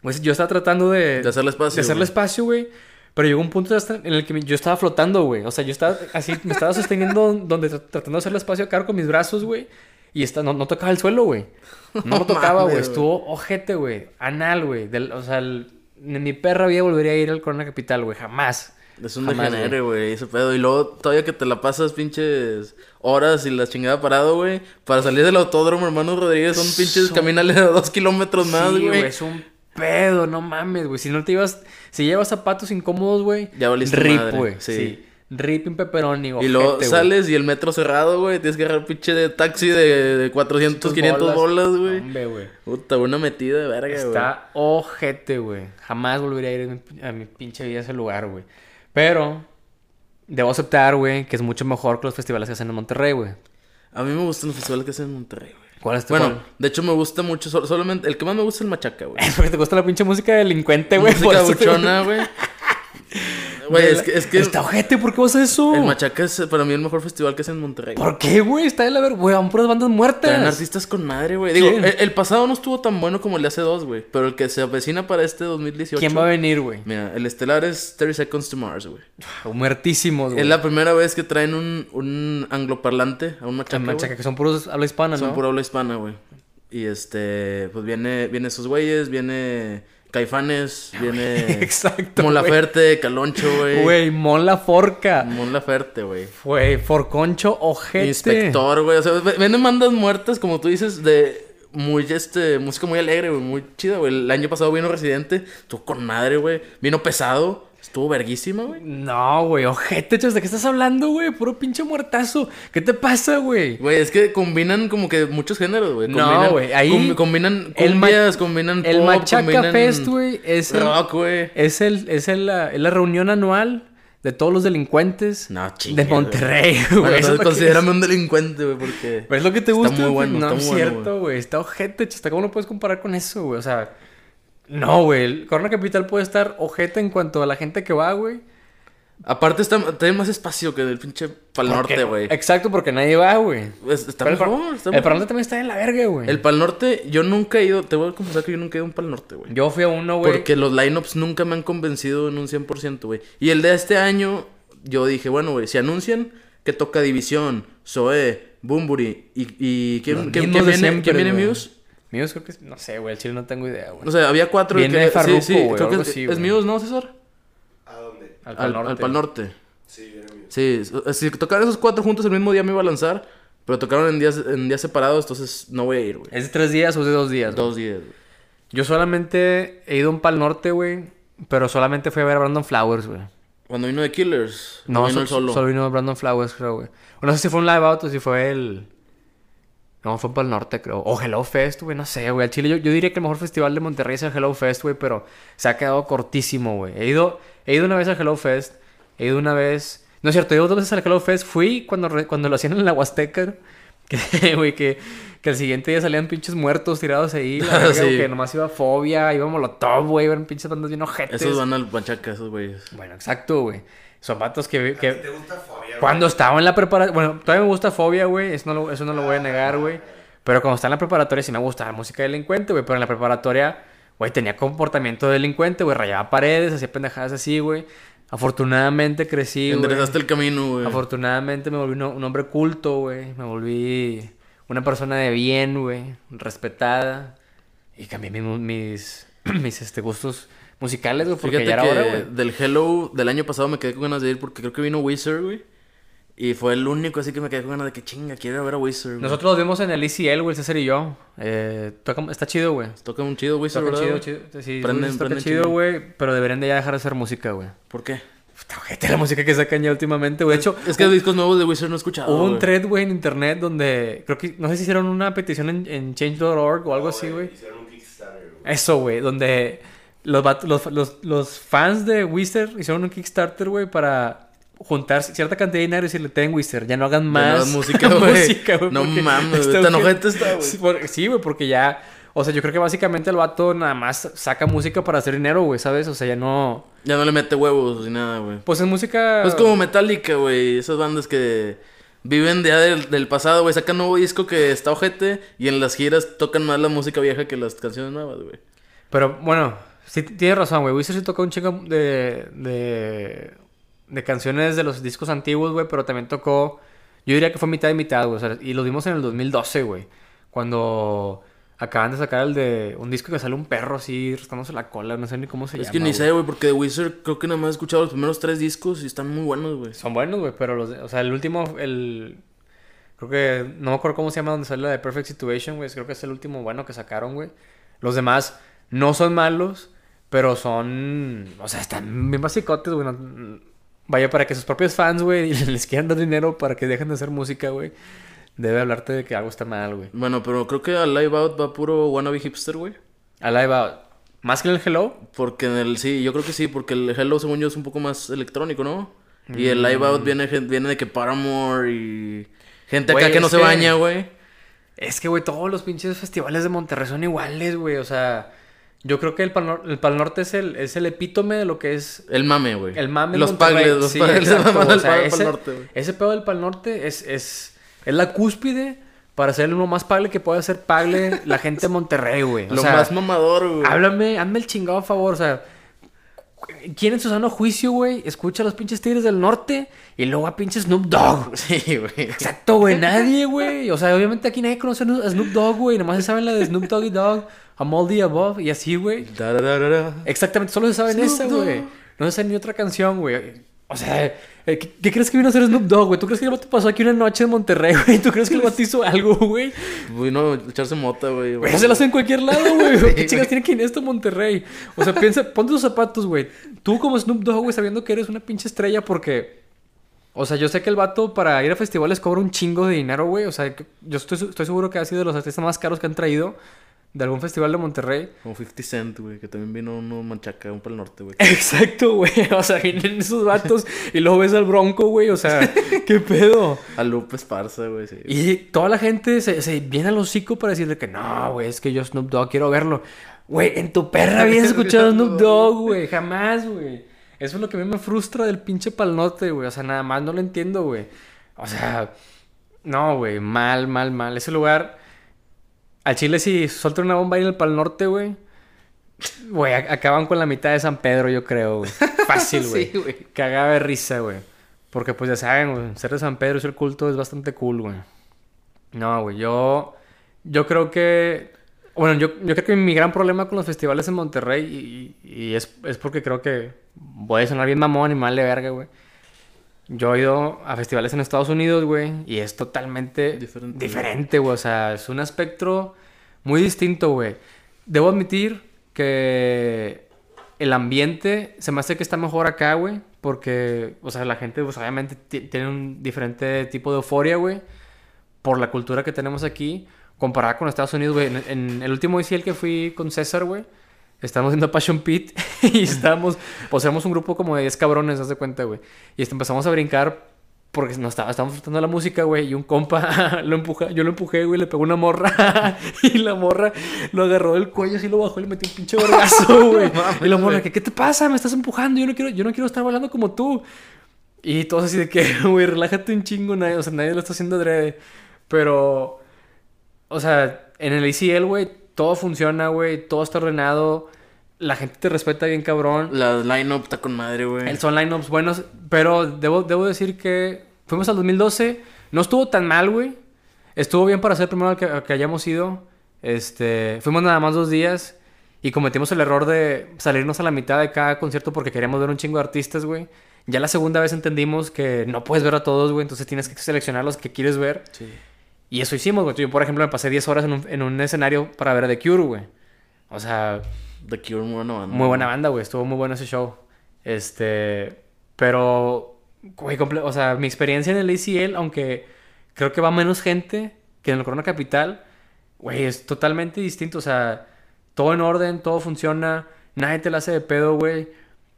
Speaker 2: pues, yo estaba tratando de.
Speaker 1: De hacerle espacio,
Speaker 2: De hacerle
Speaker 1: güey.
Speaker 2: espacio, güey. Pero llegó un punto hasta en el que mi- yo estaba flotando, güey. O sea, yo estaba así, me estaba sosteniendo donde tra- tratando de hacerle espacio a Caro con mis brazos, güey. Y esta, no, no tocaba el suelo, güey. No lo
Speaker 1: mames,
Speaker 2: tocaba, güey.
Speaker 1: güey.
Speaker 2: Estuvo ojete, güey. Anal, güey. Del- O sea, el- ni mi perra vida volvería a ir al Corona Capital, güey. Jamás.
Speaker 1: Es un
Speaker 2: Jamás,
Speaker 1: degenere, güey, ese pedo. Y luego todavía que te la pasas pinches horas y la chingada parado, güey. Para salir del autódromo, hermano Rodríguez, son pinches caminales de dos kilómetros más,
Speaker 2: Sí,
Speaker 1: güey.
Speaker 2: Es un pedo, no mames, güey. Si no te ibas, si llevas zapatos incómodos, güey.
Speaker 1: Ya valiste
Speaker 2: Rip,
Speaker 1: madre,
Speaker 2: güey. Sí.
Speaker 1: sí.
Speaker 2: Rip un pepperoni,
Speaker 1: y
Speaker 2: ojete,
Speaker 1: luego
Speaker 2: güey.
Speaker 1: sales y el metro cerrado, güey. Tienes que agarrar pinche de taxi de, de 400, 500 bolas, güey.
Speaker 2: Hombre, güey.
Speaker 1: Puta, una metida de verga, güey.
Speaker 2: Está ojete, güey. Jamás volvería a ir a mi- a mi pinche vida a ese lugar, güey. Pero debo aceptar, güey, que es mucho mejor que los festivales que hacen en Monterrey, güey.
Speaker 1: A mí me gustan los festivales que hacen en Monterrey, güey.
Speaker 2: ¿Cuál es tu
Speaker 1: Bueno,
Speaker 2: cuál?
Speaker 1: de hecho me gusta mucho, sol- solamente el que más me gusta es el machaca, güey.
Speaker 2: Es porque te gusta la pinche música delincuente, Este güey. por
Speaker 1: Música
Speaker 2: eso te-
Speaker 1: buchona, güey. Güey, es que, es que
Speaker 2: Está ojete, ¿por qué vas a eso?
Speaker 1: el Machaca es para mí el mejor festival que es en Monterrey.
Speaker 2: Uh. ¿Por qué, güey? Está de la verga, güey. Van puras bandas muertas.
Speaker 1: Traen artistas con madre, güey. Digo,
Speaker 2: ¿Quién?
Speaker 1: el, el pasado no estuvo tan bueno como el de hace dos, güey. Pero el que se avecina para este 2018.
Speaker 2: ¿Quién va a venir, güey?
Speaker 1: Mira, el estelar es 30 Seconds to Mars, güey.
Speaker 2: Muertísimos, güey.
Speaker 1: Es la primera vez que traen un, un angloparlante a un machaca.
Speaker 2: En
Speaker 1: güey.
Speaker 2: Manchaca, que son puros habla hispana,
Speaker 1: Son
Speaker 2: ¿no?
Speaker 1: pura habla hispana, güey. Y este, pues viene, viene esos güeyes, viene Caifanes, viene
Speaker 2: Exacto,
Speaker 1: Mon
Speaker 2: Ah, güey.
Speaker 1: Laferte, Caloncho, güey.
Speaker 2: Güey, Mon la forca.
Speaker 1: Mon Laferte, güey.
Speaker 2: Güey, forconcho, ojete.
Speaker 1: Inspector, güey. O sea, ve- venden bandas muertas, como tú dices, de muy, este, música muy alegre, güey, muy chida, güey. El año pasado vino Residente, estuvo con madre, güey. Vino pesado, estuvo verguísima, güey.
Speaker 2: No, güey, ojete, chas, ¿de qué estás hablando, güey? Puro pinche muertazo. ¿Qué te pasa, güey?
Speaker 1: Güey, es que combinan como que muchos géneros, güey.
Speaker 2: No,
Speaker 1: Combinan-
Speaker 2: güey, ahí-
Speaker 1: combi- combinan
Speaker 2: el ma-
Speaker 1: cumbias, combinan
Speaker 2: El
Speaker 1: pop,
Speaker 2: Machaca
Speaker 1: combinan
Speaker 2: Fest, güey, es el-
Speaker 1: Rock, güey.
Speaker 2: Es, el, es, el, la, es la reunión anual de todos los delincuentes
Speaker 1: No, chingue,
Speaker 2: de Monterrey, güey.
Speaker 1: Bueno,
Speaker 2: Eso
Speaker 1: entonces
Speaker 2: es lo que-
Speaker 1: considérame un delincuente, güey, porque...
Speaker 2: Pero es lo que te
Speaker 1: Está
Speaker 2: gusta.
Speaker 1: muy
Speaker 2: güey.
Speaker 1: bueno,
Speaker 2: no
Speaker 1: está
Speaker 2: es
Speaker 1: muy bueno,
Speaker 2: cierto, güey. Está ojete, chista. ¿Cómo lo puedes comparar con eso, güey? O sea, no, güey. El Corona Capital puede estar ojete en cuanto a la gente que va, güey.
Speaker 1: Aparte, está, tiene más espacio que del pinche Pal Norte, güey.
Speaker 2: Exacto, porque nadie va, güey.
Speaker 1: Es- Está
Speaker 2: Pero el,
Speaker 1: mejor,
Speaker 2: par-
Speaker 1: está
Speaker 2: el
Speaker 1: mejor.
Speaker 2: parlante también está en la verga, güey.
Speaker 1: El Pal Norte, yo nunca he ido, te voy a confesar que yo nunca he ido a un Pal Norte, güey.
Speaker 2: Yo fui a uno, güey.
Speaker 1: Porque los lineups nunca me han convencido en un 100%, güey. Y el de este año, yo dije, bueno, güey, si anuncian que toca División, Zoe, Bumburi y, y ¿quién, quién-
Speaker 2: Los mismos
Speaker 1: quién
Speaker 2: de
Speaker 1: viene,
Speaker 2: siempre,
Speaker 1: quién viene
Speaker 2: güey.
Speaker 1: Muse?
Speaker 2: Muse creo que es- No sé, güey. El chile no tengo idea, güey.
Speaker 1: O sea, había cuatro.
Speaker 2: Viene
Speaker 1: que-
Speaker 2: Farruko,
Speaker 1: sí, sí,
Speaker 2: güey,
Speaker 1: creo que
Speaker 2: algo
Speaker 1: es,
Speaker 2: así,
Speaker 1: es
Speaker 2: güey.
Speaker 1: Muse, ¿no, César?
Speaker 3: ¿A dónde?
Speaker 1: Al-
Speaker 2: al, Pal Norte.
Speaker 1: Al Pal Norte.
Speaker 3: Sí, viene mi.
Speaker 1: Sí, o- si tocaran esos cuatro juntos el mismo día me iba a lanzar, pero tocaron en días, en días separados, entonces no voy a ir, güey.
Speaker 2: ¿Es de tres días o es de dos días? güey?
Speaker 1: Dos días, güey.
Speaker 2: Yo solamente he ido a un Pal Norte, güey. Pero solamente fui a ver a Brandon Flowers, güey.
Speaker 1: Cuando vino The Killers, no,
Speaker 2: No,
Speaker 1: vino
Speaker 2: so-
Speaker 1: el solo.
Speaker 2: solo vino Brandon Flowers, creo, güey. O no sé si fue un live out o si fue el... No, fue para el norte, creo. O Hello Fest, güey, no sé, güey. Al Chile yo, yo diría que el mejor festival de Monterrey es el Hello Fest, güey, pero se ha quedado cortísimo, güey. He ido, he ido una vez al Hello Fest, he ido una vez... No es cierto, he ido dos veces al Hello Fest. Fui cuando, re- cuando lo hacían en la Huasteca, que, güey, que, que al siguiente día salían pinches muertos tirados ahí. la verga,
Speaker 1: Sí.
Speaker 2: güey, Que nomás iba Fobia, iba Molotov, güey, eran pinches bandas bien ojetes.
Speaker 1: Esos van al Panchaca, esos güeyes.
Speaker 2: Bueno, exacto, güey. Son vatos que...
Speaker 3: ¿A
Speaker 2: que...
Speaker 3: ti te gusta Fobia? güey?
Speaker 2: Cuando estaba en la preparatoria, bueno, todavía me gusta Fobia, güey, eso no lo, eso no lo voy a negar, güey. Pero cuando estaba en la preparatoria sí me gustaba la música delincuente, güey, pero en la preparatoria, güey, tenía comportamiento delincuente, güey, rayaba paredes, hacía pendejadas así, güey. Afortunadamente crecí, güey.
Speaker 1: Enderezaste el camino, güey.
Speaker 2: Afortunadamente me volví un, un hombre culto, güey. Me volví una persona de bien, güey, respetada. Y cambié mi- mis, mis este, gustos musicales, güey, porque
Speaker 1: Fíjate
Speaker 2: ya era
Speaker 1: que
Speaker 2: hora, güey.
Speaker 1: del Hello del año pasado me quedé con ganas de ir porque creo que vino Wizard, güey. Y fue el único así que me quedé con ganas de que chinga, quiero ir a ver a Wizard. güey.
Speaker 2: Nosotros los vimos en el ECL, güey, el César y yo. Eh, toca- está chido, güey.
Speaker 1: Toca un chido Wizard,
Speaker 2: Toca
Speaker 1: ¿verdad?
Speaker 2: chido,
Speaker 1: güey?
Speaker 2: chido. Sí,
Speaker 1: Prenden-
Speaker 2: toca
Speaker 1: prenden
Speaker 2: chido,
Speaker 1: chingón.
Speaker 2: güey. Pero deberían de ya dejar de hacer música, güey.
Speaker 1: ¿Por qué?
Speaker 2: Puta, ojete la música que sacan ya últimamente, güey. De hecho,
Speaker 1: Es que
Speaker 2: hu-
Speaker 1: discos nuevos de Wizard no he escuchado.
Speaker 2: hubo un
Speaker 1: güey.
Speaker 2: thread, güey, en internet donde creo que no sé si hicieron una petición en, en change.org o algo
Speaker 3: No,
Speaker 2: así, güey.
Speaker 3: Hicieron un Kickstarter, güey.
Speaker 2: Eso, güey, donde los, vatos- los, los, los fans de Wizard hicieron un Kickstarter, güey, para juntar cierta cantidad de dinero y decirle, ten Wizard, ya no hagan
Speaker 1: Ya
Speaker 2: más
Speaker 1: no, música, güey. No
Speaker 2: porque
Speaker 1: mames,
Speaker 2: está
Speaker 1: tan ojete
Speaker 2: ojete".
Speaker 1: está, güey.
Speaker 2: Sí, por- Sí, güey, porque ya, o sea, yo creo que básicamente el vato nada más saca música para hacer dinero, güey, ¿sabes? O sea, ya no...
Speaker 1: Ya no le mete huevos ni nada, güey.
Speaker 2: Pues es música...
Speaker 1: Es como Metallica, güey. Esas bandas que viven ya del, del pasado, güey. Sacan nuevo disco que está ojete y en las giras tocan más la música vieja que las canciones nuevas, güey.
Speaker 2: Pero bueno, sí t- tienes razón, güey. Wizard sí tocó un chingo de, de, de canciones de los discos antiguos, güey, pero también tocó. Yo diría que fue mitad y mitad, güey. o sea, y lo vimos en el 2012, güey. Cuando acaban de sacar el de un disco que sale un perro así rascándose la cola, no sé ni cómo se
Speaker 1: Es
Speaker 2: llama.
Speaker 1: que ni
Speaker 2: güey.
Speaker 1: sé, güey, porque The Wizard creo que nada más he escuchado los primeros tres discos y están muy buenos, güey.
Speaker 2: Son buenos, güey, pero los. de- o sea, el último, el. Creo que. No me acuerdo cómo se llama donde sale la de Perfect Situation, güey. Creo que es el último bueno que sacaron, güey. Los demás no son malos, pero son. O sea, están bien basicotes, güey. no- Vaya, para que sus propios fans, güey, les quieran dar dinero para que dejen de hacer música, güey. Debe hablarte de que algo está mal, güey.
Speaker 1: Bueno, pero creo que al Live Out va puro wannabe hipster, güey.
Speaker 2: Alive Out. Más que en el Hello.
Speaker 1: Porque en el, sí, yo creo que sí, porque el Hello, según yo, es un poco más electrónico, ¿no? Y el Live
Speaker 2: Mm.
Speaker 1: Out viene, gen- viene de que Paramore y gente acá
Speaker 2: Güey,
Speaker 1: que no
Speaker 2: es
Speaker 1: se
Speaker 2: que-
Speaker 1: baña, güey.
Speaker 2: Es que, güey, todos los pinches festivales de Monterrey son iguales, güey. O sea, yo creo que el Pal, Nor- el Pal Norte es el, es el epítome de lo que es
Speaker 1: El mame, güey.
Speaker 2: el mame en
Speaker 1: Los
Speaker 2: Monterrey.
Speaker 1: pagles, los
Speaker 2: Sí,
Speaker 1: pagles se
Speaker 2: exacto,
Speaker 1: maman
Speaker 2: o
Speaker 1: al
Speaker 2: sea,
Speaker 1: Pal-
Speaker 2: ese,
Speaker 1: Pal norte, güey.
Speaker 2: ese pedo del Pal Norte es, es, es la cúspide para ser lo más pagle que puede hacer pagle la gente de Monterrey, güey. O
Speaker 1: Lo
Speaker 2: sea,
Speaker 1: más mamador, güey.
Speaker 2: háblame, hazme el chingado a favor, o sea... ¿Quién en su sano juicio, güey? Escucha a los pinches tigres del norte y luego a pinches Snoop Dogg.
Speaker 1: Sí, güey.
Speaker 2: Exacto, güey, nadie, güey. O sea, obviamente aquí nadie conoce a Snoop Dogg, güey. Nomás se saben la de Snoop Doggy Dogg, I'm all the above y así, güey.
Speaker 1: Da, da, da, da, da.
Speaker 2: Exactamente, solo se saben
Speaker 1: Snoop
Speaker 2: esa,
Speaker 1: Dogg.
Speaker 2: güey. No se saben ni otra canción, güey. O sea, eh, ¿qué, qué crees que vino a hacer Snoop Dogg, güey? ¿Tú crees que el vato pasó aquí una noche en Monterrey, güey? ¿Tú crees que el vato hizo algo, güey?
Speaker 1: Güey, no, echarse mota, güey.
Speaker 2: Güey, se lo hace en cualquier lado, güey. ¿Qué
Speaker 1: güey.
Speaker 2: chicas tiene que ir esto Monterrey? O sea, piensa, ponte tus zapatos, güey. Tú como Snoop Dogg, güey, sabiendo que eres una pinche estrella porque... O sea, yo sé que el vato para ir a festivales cobra un chingo de dinero, güey. O sea, que- yo estoy, estoy seguro que ha sido de los artistas más caros que han traído de algún festival de Monterrey.
Speaker 1: Como 50 Cent, güey, que también vino uno manchaca, un pal norte, güey.
Speaker 2: Exacto, güey. O sea, vienen esos vatos y luego ves al bronco, güey. O sea, ¿qué pedo?
Speaker 1: A Lupe Esparza, güey, sí.
Speaker 2: Y toda la gente se, se viene al hocico para decirle que no, güey, es que yo Snoop Dogg quiero verlo. Güey, en tu perra habías escuchado a Snoop Dogg, güey. Jamás, güey. Eso es lo que a mí me frustra del pinche palnote, güey. O sea, nada más no lo entiendo, güey. O sea, no, güey. Mal, mal, mal. Ese lugar. Al Chile, si suelta una bomba ahí en el Pal Norte, güey. Güey, ac- acaban con la mitad de San Pedro, yo creo, güey. Fácil, güey.
Speaker 1: Sí, güey.
Speaker 2: Cagaba de risa, güey. Porque, pues ya saben, güey. Ser de San Pedro y ser culto es bastante cool, güey. No, güey. Yo. Yo creo que. Bueno, yo, yo creo que mi gran problema con los festivales en Monterrey, y, y es, es porque creo que voy a sonar bien mamón y mal de verga, güey. Yo he ido a festivales en Estados Unidos, güey, y es totalmente
Speaker 1: Diferente.
Speaker 2: diferente, güey. O sea, es un espectro muy distinto, güey. Debo admitir que el ambiente se me hace que está mejor acá, güey, porque, o sea, la gente, pues obviamente ti- tiene un diferente tipo de euforia, güey por la cultura que tenemos aquí, comparada con Estados Unidos, güey. En, en el último ICL que fui con César, güey, estábamos viendo Passion Pit y estábamos, pues éramos un grupo como de 10 cabrones, haz de cuenta, güey. Y este, empezamos a brincar porque nos estaba, estábamos disfrutando la música, güey, y un compa lo empuja, yo lo empujé, güey, le pegó una morra y la morra lo agarró del cuello, así lo bajó y le metió un pinche vergazo, güey. y la morra, que, ¿qué te pasa? Me estás empujando, yo no quiero, yo no quiero estar bailando como tú. Y todos así de que, güey, relájate un chingo, nadie, o sea, nadie lo está haciendo adrede. Pero, o sea, en el ACL, güey, todo funciona, güey, todo está ordenado, la gente te respeta bien cabrón,
Speaker 1: La line-up está con madre, güey.
Speaker 2: el son lineups buenos, pero debo, debo decir que fuimos al 2012, no estuvo tan mal, güey, estuvo bien para ser primero al que, al que hayamos ido, este, fuimos nada más dos días y cometimos el error de salirnos a la mitad de cada concierto porque queríamos ver un chingo de artistas, güey. Ya la segunda vez entendimos que no puedes ver a todos, güey, entonces tienes que seleccionar los que quieres ver.
Speaker 1: Sí.
Speaker 2: Y eso hicimos, güey. Yo, por ejemplo, me pasé 10 horas en un, en un escenario para ver a The Cure, güey. O sea,
Speaker 1: The Cure, muy buena banda.
Speaker 2: muy buena banda, güey. Estuvo muy bueno ese show. Este. Pero. Güey, comple- o sea, mi experiencia en el ACL, aunque creo que va menos gente que en el Corona Capital, güey, es totalmente distinto. O sea, todo en orden, todo funciona. Nadie te la hace de pedo, güey.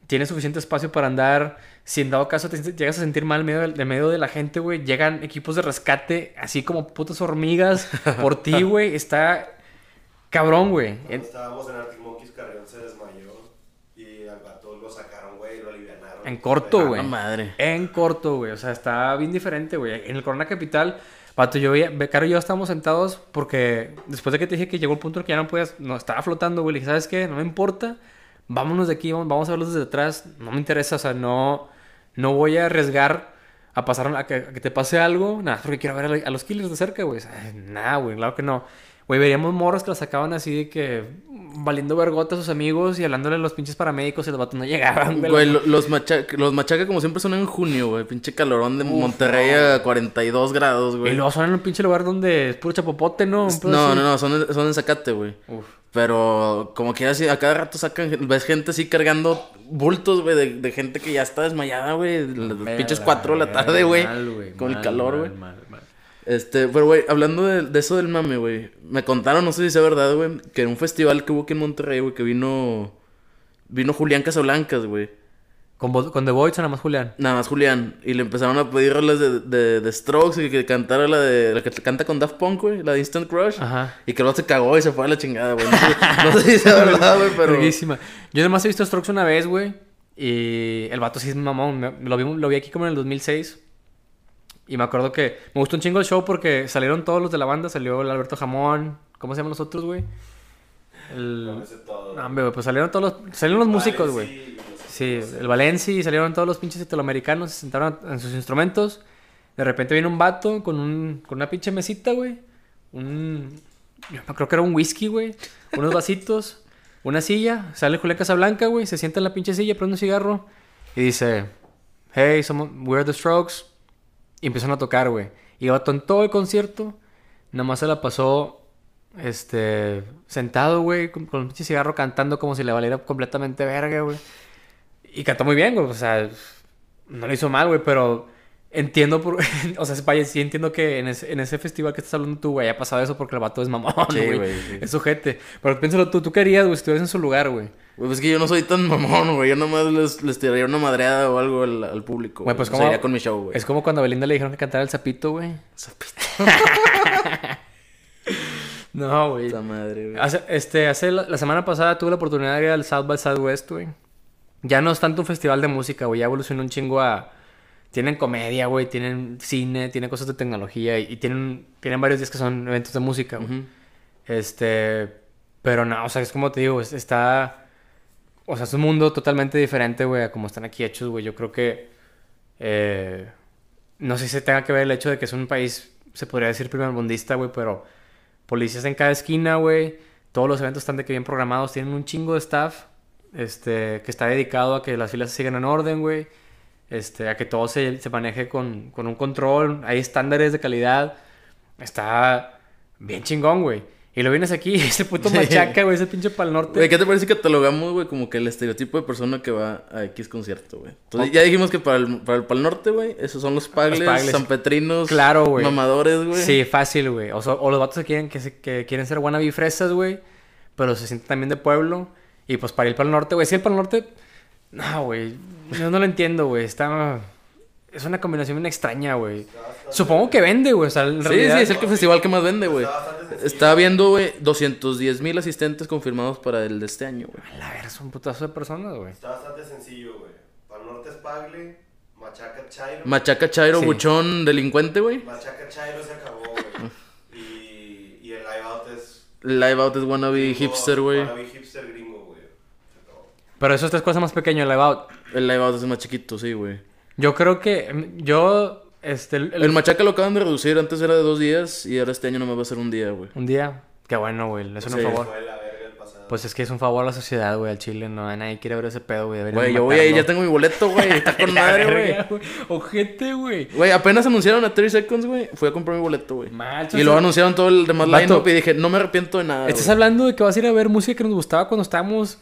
Speaker 2: Tienes suficiente espacio para andar. Si en dado caso te sientes- llegas a sentir mal en medio del- de, medio de la gente, güey, llegan equipos de rescate, así como putas hormigas, por ti, güey. Está cabrón, güey.
Speaker 3: Cuando estábamos en Arctic Monkeys, Carrión se desmayó y al vato lo sacaron, güey, y lo alivianaron.
Speaker 2: En corto,
Speaker 1: Ah,
Speaker 2: güey.
Speaker 1: madre.
Speaker 2: En corto, güey. O sea, está bien diferente, güey. En el Corona Capital, Pato, yo veía, Be- Caro y yo estábamos sentados porque después de que te dije que llegó el punto en que ya no podías, no estaba flotando, güey. Le dije, ¿sabes qué? No me importa. Vámonos de aquí, vamos, vamos a verlos desde atrás. No me interesa, o sea, no, no voy a arriesgar a pasar a que, a que te pase algo. Nada, porque quiero ver a, a los killers de cerca, güey. O sea, nada, güey, claro que no. Güey, veríamos morros que la sacaban así de que valiendo vergota a sus amigos y hablándole a los pinches paramédicos y los vatos no llegaban, güey.
Speaker 1: Güey, lo- los, machaca, los machaca como siempre son en junio, güey. Pinche calorón de Monterrey a 42 grados,
Speaker 2: Y
Speaker 1: güey.
Speaker 2: luego son en un pinche lugar donde es puro chapopote, ¿no? Un pedo
Speaker 1: No,
Speaker 2: así.
Speaker 1: no, no, son, en- son en Zacate, güey.
Speaker 2: Uf.
Speaker 1: Pero como que así, a cada rato sacan, ves gente así cargando bultos, güey, de, de gente que ya está desmayada, güey. Las pinches
Speaker 2: La
Speaker 1: 4 de la
Speaker 2: verga,
Speaker 1: tarde, güey.
Speaker 2: mal, güey,
Speaker 1: Con el
Speaker 2: mal,
Speaker 1: calor,
Speaker 2: mal,
Speaker 1: güey.
Speaker 2: mal, mal.
Speaker 1: Este, pero güey, hablando de, de eso del mame, güey. Me contaron, no sé si sea verdad, güey, que en un festival que hubo aquí en Monterrey, güey, que vino. Vino Julián Casablancas, güey.
Speaker 2: Con, vo- con The Voids, nada más Julián.
Speaker 1: Nada más Julián. Y le empezaron a pedir rolas de, de, de Strokes y que cantara la de. La que canta con Daft Punk, güey, la de Instant Crush.
Speaker 2: Ajá.
Speaker 1: Y que luego se cagó y se fue a la chingada, güey. No, sé- no sé si sea verdad, Ah, güey, pero.
Speaker 2: Verguísima. Yo nomás he visto Strokes una vez, güey. Y el vato sí es mamón. Me- Lo vi, lo vi aquí como en el 2006. Y me acuerdo que me gustó un chingo el show porque salieron todos los de la banda. Salió el Alberto Jamón. ¿Cómo se llaman los otros, güey? El...
Speaker 3: Conoce todo.
Speaker 2: No, hombre, güey, pues salieron todos los... Salieron los músicos, güey.
Speaker 3: Vale, sí, no sé
Speaker 2: Sí,
Speaker 3: qué cosa.
Speaker 2: el Valencia y salieron todos los pinches italoamericanos, se sentaron en sus instrumentos. De repente viene un vato con, un, con una pinche mesita, güey. Un. Yo creo que era un whisky, güey. Unos vasitos, una silla. Sale Julián Casablanca, güey. Se sienta en la pinche silla, prende un cigarro y dice: Hey, somos, we're the strokes. Y empezaron a tocar, güey. Y el vato en todo el concierto, nada más se la pasó este, sentado, güey, con, con un pinche cigarro cantando como si le valiera completamente verga, güey. Y cantó muy bien, güey. O sea, no lo hizo mal, güey, pero entiendo por... o sea, vaya, sí entiendo que en ese, en ese festival que estás hablando tú, güey, haya pasado eso porque el vato es mamón,
Speaker 1: Sí,
Speaker 2: güey.
Speaker 1: güey, sí.
Speaker 2: Es sujete. Pero piénsalo tú, tú querías, güey, si estuvieras en su lugar, güey.
Speaker 1: Güey, pues es que yo no soy tan mamón, güey. Yo nomás les, les tiraría una madreada o algo al, al público.
Speaker 2: Güey, pues
Speaker 1: O sea,
Speaker 2: como...
Speaker 1: iría con mi show, güey.
Speaker 2: Es como cuando a Belinda le dijeron que cantara el sapito, güey. No, güey.
Speaker 1: Esa madre, güey.
Speaker 2: Hace, este, hace la, la semana pasada tuve la oportunidad de ir al South by Southwest, güey. Ya no es tanto un festival de música, güey. Ya evolucionó un chingo a. Tienen comedia, güey. Tienen cine, tienen cosas de tecnología. Y, y tienen, tienen varios días que son eventos de música, güey.
Speaker 1: Ujú.
Speaker 2: Este. Pero no, o sea, es como te digo, es- está. O sea, es un mundo totalmente diferente, güey, a como están aquí hechos, güey. Yo creo que. eh, no sé si se tenga que ver el hecho de que es un país, se podría decir primermundista, güey, pero policías en cada esquina, güey. Todos los eventos están de que bien programados, tienen un chingo de staff, este, que está dedicado a que las filas sigan en orden, güey. Este, a que todo se, se maneje con, con un control, hay estándares de calidad. Está bien chingón, güey. Y lo vienes aquí, ese puto
Speaker 1: Sí.
Speaker 2: machaca, güey, ese pinche pal norte.
Speaker 1: Güey, ¿qué te parece que catalogamos, güey, como que el estereotipo de persona que va a X concierto, güey? Entonces, ya dijimos que para el, para el Pal Norte, güey, esos son los pagles,
Speaker 2: pagles.
Speaker 1: sanpetrinos,
Speaker 2: Claro, güey.
Speaker 1: mamadores, güey.
Speaker 2: Sí, fácil, güey. O, so- o los vatos que quieren, que, se- que quieren ser wannabe fresas, güey. Pero se sienten también de pueblo. Y pues para ir para el norte, güey. Sí, el para el norte. No, güey. Yo no lo entiendo, güey. Está. Es una combinación bien extraña, güey. Supongo que vende, güey. O sea, en
Speaker 1: Sí,
Speaker 2: realidad.
Speaker 1: sí, es el que- festival que más vende, güey.
Speaker 3: Está bastante sencillo.
Speaker 1: Está viendo, güey, 210 mil asistentes confirmados para el de este año, güey.
Speaker 2: La verga, es un putazo de personas, güey.
Speaker 3: Está bastante sencillo, güey. Para norte es Pagle, Machaca Chairo.
Speaker 1: Machaca Chairo,
Speaker 2: Sí.
Speaker 1: buchón, delincuente, güey.
Speaker 3: Machaca Chairo se acabó, güey. y, y el live out es.
Speaker 1: Live Out es wannabe
Speaker 3: gringo,
Speaker 1: hipster, güey.
Speaker 3: wannabe hipster gringo, güey. Se acabó.
Speaker 2: Pero eso es tres cosas más pequeño, el live out.
Speaker 1: El Live Out es más chiquito, sí, güey.
Speaker 2: Yo creo que. mm, Yo. Este. el- el-
Speaker 1: El Machaca lo acaban de reducir, antes era de dos días y ahora este año nomás va a ser un día, güey.
Speaker 2: Un día. Qué bueno, güey. Es un
Speaker 1: Sí.
Speaker 2: favor.
Speaker 3: Fue la verga el pasado.
Speaker 2: Pues es que es un favor a la sociedad, güey, al Chile, no, nadie quiere ver ese pedo, güey. deberían
Speaker 1: Güey, yo voy
Speaker 2: matarlo.
Speaker 1: ahí, ya tengo mi boleto, güey. Está con
Speaker 2: La
Speaker 1: madre, güey.
Speaker 2: verga, güey. Ojete, güey.
Speaker 1: Güey, apenas anunciaron a 30 Seconds, güey. Fui a comprar mi boleto, güey.
Speaker 2: Macho,
Speaker 1: Y luego
Speaker 2: sí.
Speaker 1: anunciaron todo el demás
Speaker 2: Vato. Este
Speaker 1: lineup y dije, no me arrepiento de nada.
Speaker 2: Estás
Speaker 1: güey.
Speaker 2: hablando de que vas a ir a ver música que nos gustaba cuando estábamos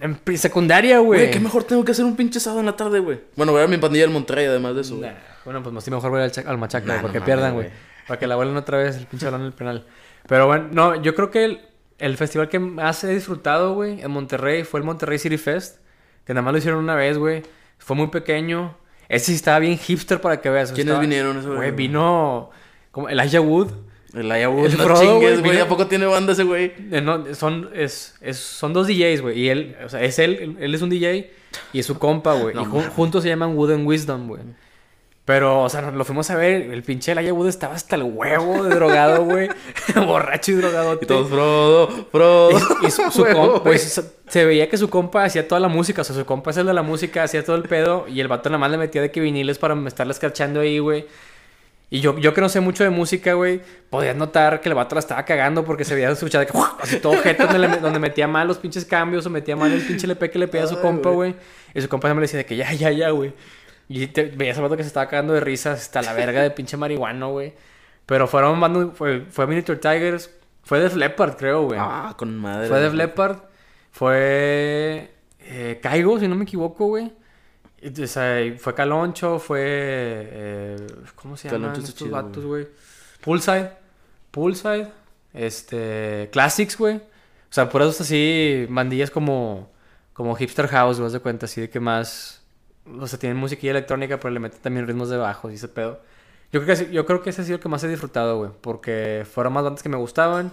Speaker 2: en pri- secundaria, güey.
Speaker 1: Güey, qué mejor tengo que hacer un pinche sábado en la tarde, güey. Bueno, voy a mi pandilla del Monterrey, además de eso, güey.
Speaker 2: Nah, Bueno, pues más sí mejor voy al, cha- al machaca,
Speaker 1: Nah,
Speaker 2: güey, para
Speaker 1: no
Speaker 2: que pierdan,
Speaker 1: mames,
Speaker 2: güey. Para que la vuelvan otra vez, el pinche balón en el penal. Pero bueno, no, yo creo que el, el festival que más he disfrutado, güey, en Monterrey fue el Monterrey City Fest. Que nada más lo hicieron una vez, güey. Fue muy pequeño. Ese sí estaba bien hipster para que veas.
Speaker 1: ¿Quiénes
Speaker 2: estaba-
Speaker 1: vinieron esa vez,
Speaker 2: Güey,
Speaker 1: güey?
Speaker 2: vino como el Elijah Wood.
Speaker 1: El Ayahuasca,
Speaker 2: El
Speaker 1: no
Speaker 2: Frodo, güey,
Speaker 1: chingues, güey.
Speaker 2: vino-
Speaker 1: ¿A poco tiene banda ese, güey?
Speaker 2: Eh, no, son, es, es- son dos DJs, güey. Y él, o sea, es él, él es un DJ y es su compa, güey.
Speaker 1: No
Speaker 2: y ju- juntos se llaman Wood and Wisdom, güey. Pero, o sea, nos lo fuimos a ver. El pinche Elijah Wood estaba hasta el huevo de drogado, güey. Borracho y drogado.
Speaker 1: Y todos, Frodo, Frodo.
Speaker 2: Y su, su
Speaker 1: Huevo,
Speaker 2: compa,
Speaker 1: güey.
Speaker 2: pues, se- se veía que su compa hacía toda la música, o sea, su compa es el de la música, hacía todo el pedo, y el vato nada más le metía de que viniles para estarla escarchando ahí, güey. Y yo, yo que no sé mucho de música, güey, podía notar que el vato la estaba cagando porque se veía escuchar de que, así todo objeto donde, le- donde metía mal los pinches cambios o metía mal el pinche LP que le pedía a su
Speaker 1: Ay,
Speaker 2: compa,
Speaker 1: güey.
Speaker 2: güey. Y su compa me decía de que ya, ya, ya, güey. Y te, veías al vato que se estaba cagando de risa hasta la verga de pinche marihuano, güey. Pero fueron, bandas- fue, fue Miniature Tigers, fue Def Leppard, creo, güey.
Speaker 1: Ah, con madre.
Speaker 2: Fue
Speaker 1: güey.
Speaker 2: Def Leppard. Fue. eh, Caigo, si no me equivoco, güey. Y, o sea, y fue Caloncho, fue. eh, ¿Cómo se llaman
Speaker 1: Caloncho está
Speaker 2: estos
Speaker 1: chido,
Speaker 2: vatos, güey? Poolside. Poolside. Este. Classics, güey. O sea, por eso así, bandillas como. Como Hipster House, vas de cuenta, así de que más. O sea, tienen musiquilla electrónica, pero le meten también ritmos de bajos y ese pedo. Yo creo, que, ese- yo creo que ese ha sido el que más he disfrutado, güey. Porque fueron más bandas que me gustaban.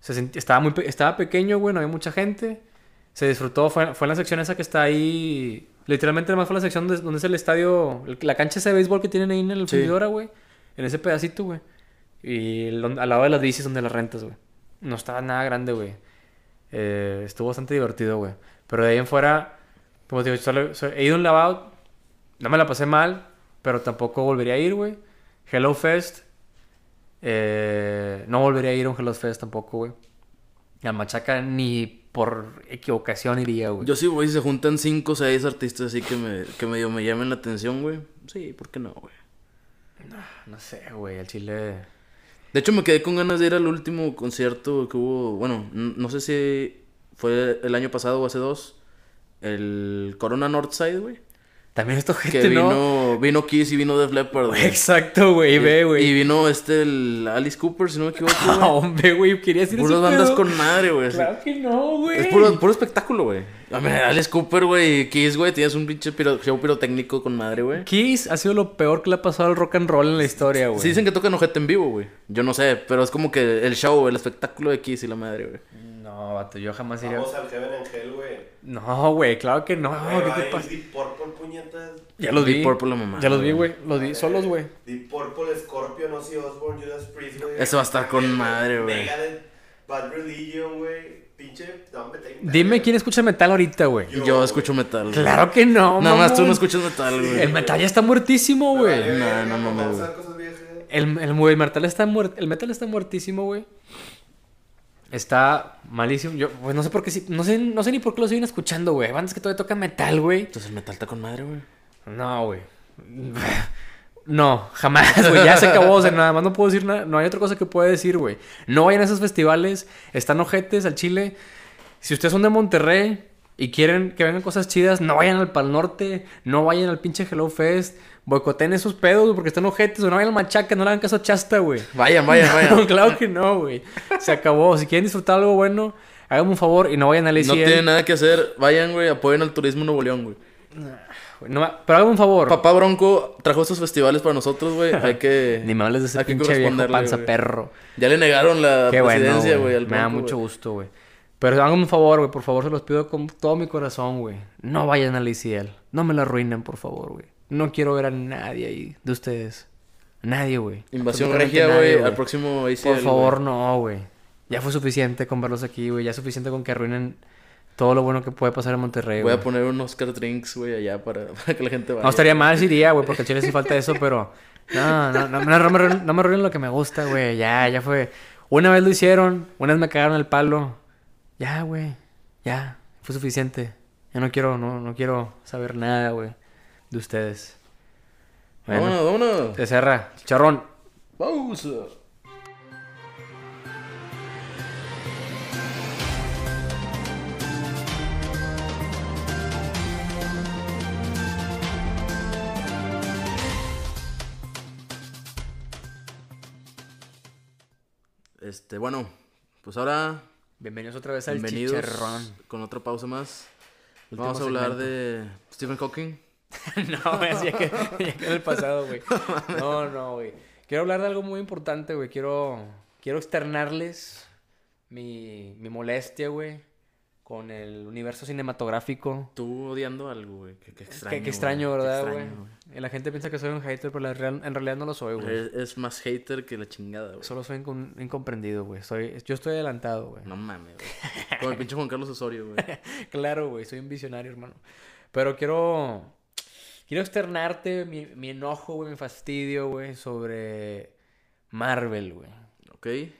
Speaker 2: Se sent- estaba, muy pe- estaba pequeño, güey, no había mucha gente. Se disfrutó, fue, fue en la sección esa que está ahí. Literalmente, además fue la sección donde, donde es el estadio, el- la cancha esa de béisbol que tienen ahí en el
Speaker 1: Sí.
Speaker 2: fundidora, güey. En ese pedacito, güey. Y el- al lado de las bicis donde las rentas, güey. No estaba nada grande, güey. Eh, estuvo bastante divertido, güey. Pero de ahí en fuera, como te digo, solo- so- he ido a un lavado. No me la pasé mal, pero tampoco volvería a ir, güey. Hello Fest. eh, no volvería a ir a un Hello Fest tampoco, güey. Y Al Machaca ni por equivocación iría, güey.
Speaker 1: Yo sí, güey, si se juntan cinco o seis artistas así que, me, que medio me llamen la atención, güey. Sí, ¿por qué no, güey?
Speaker 2: No sé, güey, al Chile.
Speaker 1: De hecho, me quedé con ganas de ir al último concierto que hubo. Bueno, n- no sé si fue el año pasado o hace dos. El Corona Northside, güey.
Speaker 2: También esto gente,
Speaker 1: Que vino,
Speaker 2: ¿no?
Speaker 1: vino Kiss y vino Def Leppard, güey.
Speaker 2: Exacto, güey,
Speaker 1: Y
Speaker 2: ve, güey.
Speaker 1: vino este, el Alice Cooper, si no me equivoco,
Speaker 2: Ah,
Speaker 1: güey.
Speaker 2: Hombre, güey, quería decir
Speaker 1: Puras
Speaker 2: ese
Speaker 1: bandas
Speaker 2: pedo.
Speaker 1: con madre, güey. así.
Speaker 2: Claro que no, güey.
Speaker 1: Es puro, puro espectáculo, güey. A ver, Alice Cooper, güey, y Kiss, güey. Tienes un pinche piro- show pirotécnico con madre, güey.
Speaker 2: Kiss ha sido lo peor que le ha pasado al rock and roll en la historia, güey.
Speaker 1: Sí dicen que tocan ojete en vivo, güey. Yo no sé, pero es como que el show, el espectáculo de Kiss y la madre, güey.
Speaker 2: No, vato, yo jamás iría.
Speaker 3: Vamos al Heaven and Hell, güey.
Speaker 2: No, güey, claro que no.
Speaker 1: Ah,
Speaker 3: Ahí
Speaker 2: ¿qué
Speaker 3: va
Speaker 2: te
Speaker 3: Ace
Speaker 2: pasa?
Speaker 3: Deep Purple, puñetas.
Speaker 2: Ya los vi.
Speaker 1: Deep Purple, la mamá.
Speaker 2: Ya los vi, güey. Los vi solos, güey.
Speaker 3: Deep Purple, Scorpion, Ozzy Osbourne, Judas Priest, güey.
Speaker 1: Eso va a estar con madre, güey.
Speaker 3: Megadeth, Bad Religion, güey. Pinche, dame tengo-
Speaker 2: Dime quién escucha metal ahorita, güey.
Speaker 1: Yo,
Speaker 3: güey.
Speaker 1: escucho metal. güey.
Speaker 2: Claro que no,
Speaker 1: Nada más tú no
Speaker 2: mamón.
Speaker 1: escuchas metal, güey.
Speaker 2: El metal ya está muertísimo,
Speaker 3: Me vale
Speaker 2: güey.
Speaker 1: No,
Speaker 3: verga,
Speaker 1: no mames,
Speaker 3: vamos a
Speaker 1: güey.
Speaker 3: hacer cosas viejas.
Speaker 2: El, el, mu- el metal está muer- el metal está muertísimo, güey. Está malísimo. Yo, pues no sé por qué sí- no sé, no sé ni por qué lo siguen escuchando, güey. Hay Bandas que todavía tocan metal, güey.
Speaker 1: Entonces el metal está con madre, güey.
Speaker 2: No, güey. No, jamás, güey. Ya se acabó. O sea, nada más no puedo decir nada. No hay otra cosa que pueda decir, güey. No vayan a esos festivales. Están ojetes al Chile. Si ustedes son de Monterrey y quieren que vengan cosas chidas, no vayan al Pal Norte. No vayan al pinche Hello Fest. Boicoteen esos pedos, güey, porque están ojetes. O no vayan al Machaca. No le hagan caso a Chasta, güey.
Speaker 1: Vayan, vayan,
Speaker 2: No,
Speaker 1: vayan.
Speaker 2: claro que no, güey. Se acabó. Si quieren disfrutar algo bueno, háganme un favor y no vayan al
Speaker 1: No
Speaker 2: ACL.
Speaker 1: tienen nada que hacer. Vayan, güey. Apoyen al turismo Nuevo León, güey.
Speaker 2: Güey, no ma- pero háganme un favor.
Speaker 1: Papá Bronco trajo estos festivales para nosotros, güey. Hay que.
Speaker 2: Ni me hables de ese
Speaker 1: hay que
Speaker 2: pinche viejo
Speaker 1: corresponderle,
Speaker 2: panza
Speaker 1: güey.
Speaker 2: perro.
Speaker 1: Ya le negaron la
Speaker 2: Qué bueno,
Speaker 1: presidencia, güey.
Speaker 2: güey.
Speaker 1: al
Speaker 2: Me da
Speaker 1: Bronco,
Speaker 2: mucho
Speaker 1: güey.
Speaker 2: gusto, güey. Pero háganme un favor, güey. Por favor, se los pido con todo mi corazón, güey. No vayan al ICL. No me lo arruinen, por favor, güey. No quiero ver a nadie ahí de ustedes. Nadie, güey.
Speaker 1: Invasión
Speaker 2: Absolutamente
Speaker 1: regia,
Speaker 2: nadie,
Speaker 1: güey. Al próximo ACL,
Speaker 2: Por
Speaker 1: güey.
Speaker 2: favor, no, güey. Ya fue suficiente con verlos aquí, güey. Ya es suficiente con que arruinen todo lo bueno que puede pasar en Monterrey,
Speaker 1: Voy
Speaker 2: güey.
Speaker 1: a poner un Oscar Drinks, güey, allá para, para que la gente vaya.
Speaker 2: No estaría mal si iría, güey, porque al Chile sí falta eso, pero. No, no, no, no, no me arruinen- no me arruinen lo que me gusta, güey. Ya, ya fue. Una vez lo hicieron, una vez me cagaron el palo. Ya, güey. Ya, fue suficiente. Ya no quiero, no, no quiero saber nada, güey, de ustedes. Bueno,
Speaker 1: Vámonos, vámonos.
Speaker 2: se cierra. Charrón.
Speaker 1: Pausa. Este, bueno, pues ahora
Speaker 2: Bienvenidos otra vez al
Speaker 1: bienvenidos
Speaker 2: chicharrón.
Speaker 1: con otra pausa más.
Speaker 2: Último
Speaker 1: Vamos a hablar de Stephen Hawking.
Speaker 2: No, güey, así ya que ya quedó en el pasado, güey. No, no, güey. Quiero hablar de algo muy importante, güey. Quiero, quiero externarles mi, mi molestia, güey, con el universo cinematográfico.
Speaker 1: Tú odiando algo, güey. Qué, qué
Speaker 2: Qué-
Speaker 1: extraño.
Speaker 2: qué extraño,
Speaker 1: güey, Eh. qué
Speaker 2: ¿verdad, güey?
Speaker 1: extraño,
Speaker 2: Y La gente piensa que soy un hater, pero la real- en realidad no lo soy, güey.
Speaker 1: Es, es más hater que la chingada, güey.
Speaker 2: Solo soy incom- incomprendido, güey. Soy, yo estoy adelantado, güey.
Speaker 1: No mames, güey. Como el pinche Juan Carlos Osorio, güey.
Speaker 2: Claro, güey, soy un visionario, hermano. Pero quiero. Quiero externarte mi, mi enojo, güey, mi fastidio, güey, sobre Marvel, güey.
Speaker 1: ¿Ok?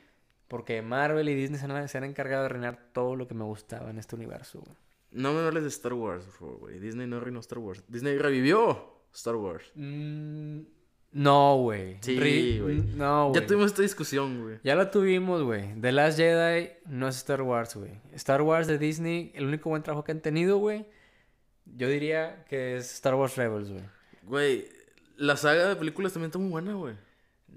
Speaker 2: Porque Marvel y Disney se han, se han encargado de arruinar todo lo que me gustaba en este universo, güey.
Speaker 1: No me hables de Star Wars, por favor, güey. Disney no arruinó Star Wars. Disney revivió Star Wars.
Speaker 2: Mm, no, güey.
Speaker 1: Sí,
Speaker 2: Ri-
Speaker 1: güey.
Speaker 2: No, güey.
Speaker 1: Ya tuvimos esta discusión, güey.
Speaker 2: Ya la tuvimos, güey. The Last Jedi no es Star Wars, güey. Star Wars de Disney, el único buen trabajo que han tenido, güey. Yo diría que es Star Wars Rebels, güey.
Speaker 1: Güey, la saga de películas también está muy buena, güey.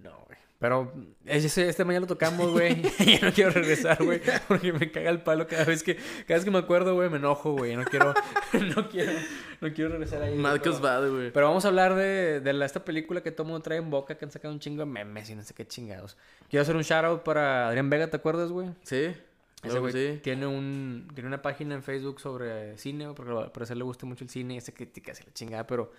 Speaker 2: No, güey. Pero este, este mañana lo tocamos, güey. ya no quiero regresar, güey. Porque me caga el palo cada vez que, cada vez que me acuerdo, güey, me enojo, güey. No quiero, no quiero, no quiero regresar ahí. güey,
Speaker 1: Madcast
Speaker 2: pero-
Speaker 1: Bad, güey.
Speaker 2: Pero vamos a hablar de, de la- esta película que todo mundo trae en boca, que han sacado un chingo de memes y no sé qué chingados. Quiero hacer un shout out para Adrián Vega, ¿te acuerdas, güey?
Speaker 1: Sí,
Speaker 2: Ese
Speaker 1: claro que
Speaker 2: güey
Speaker 1: sí.
Speaker 2: tiene, un, tiene una página en Facebook sobre cine, güey, porque al parecer le gusta mucho el cine y hace críticas y la chingada, pero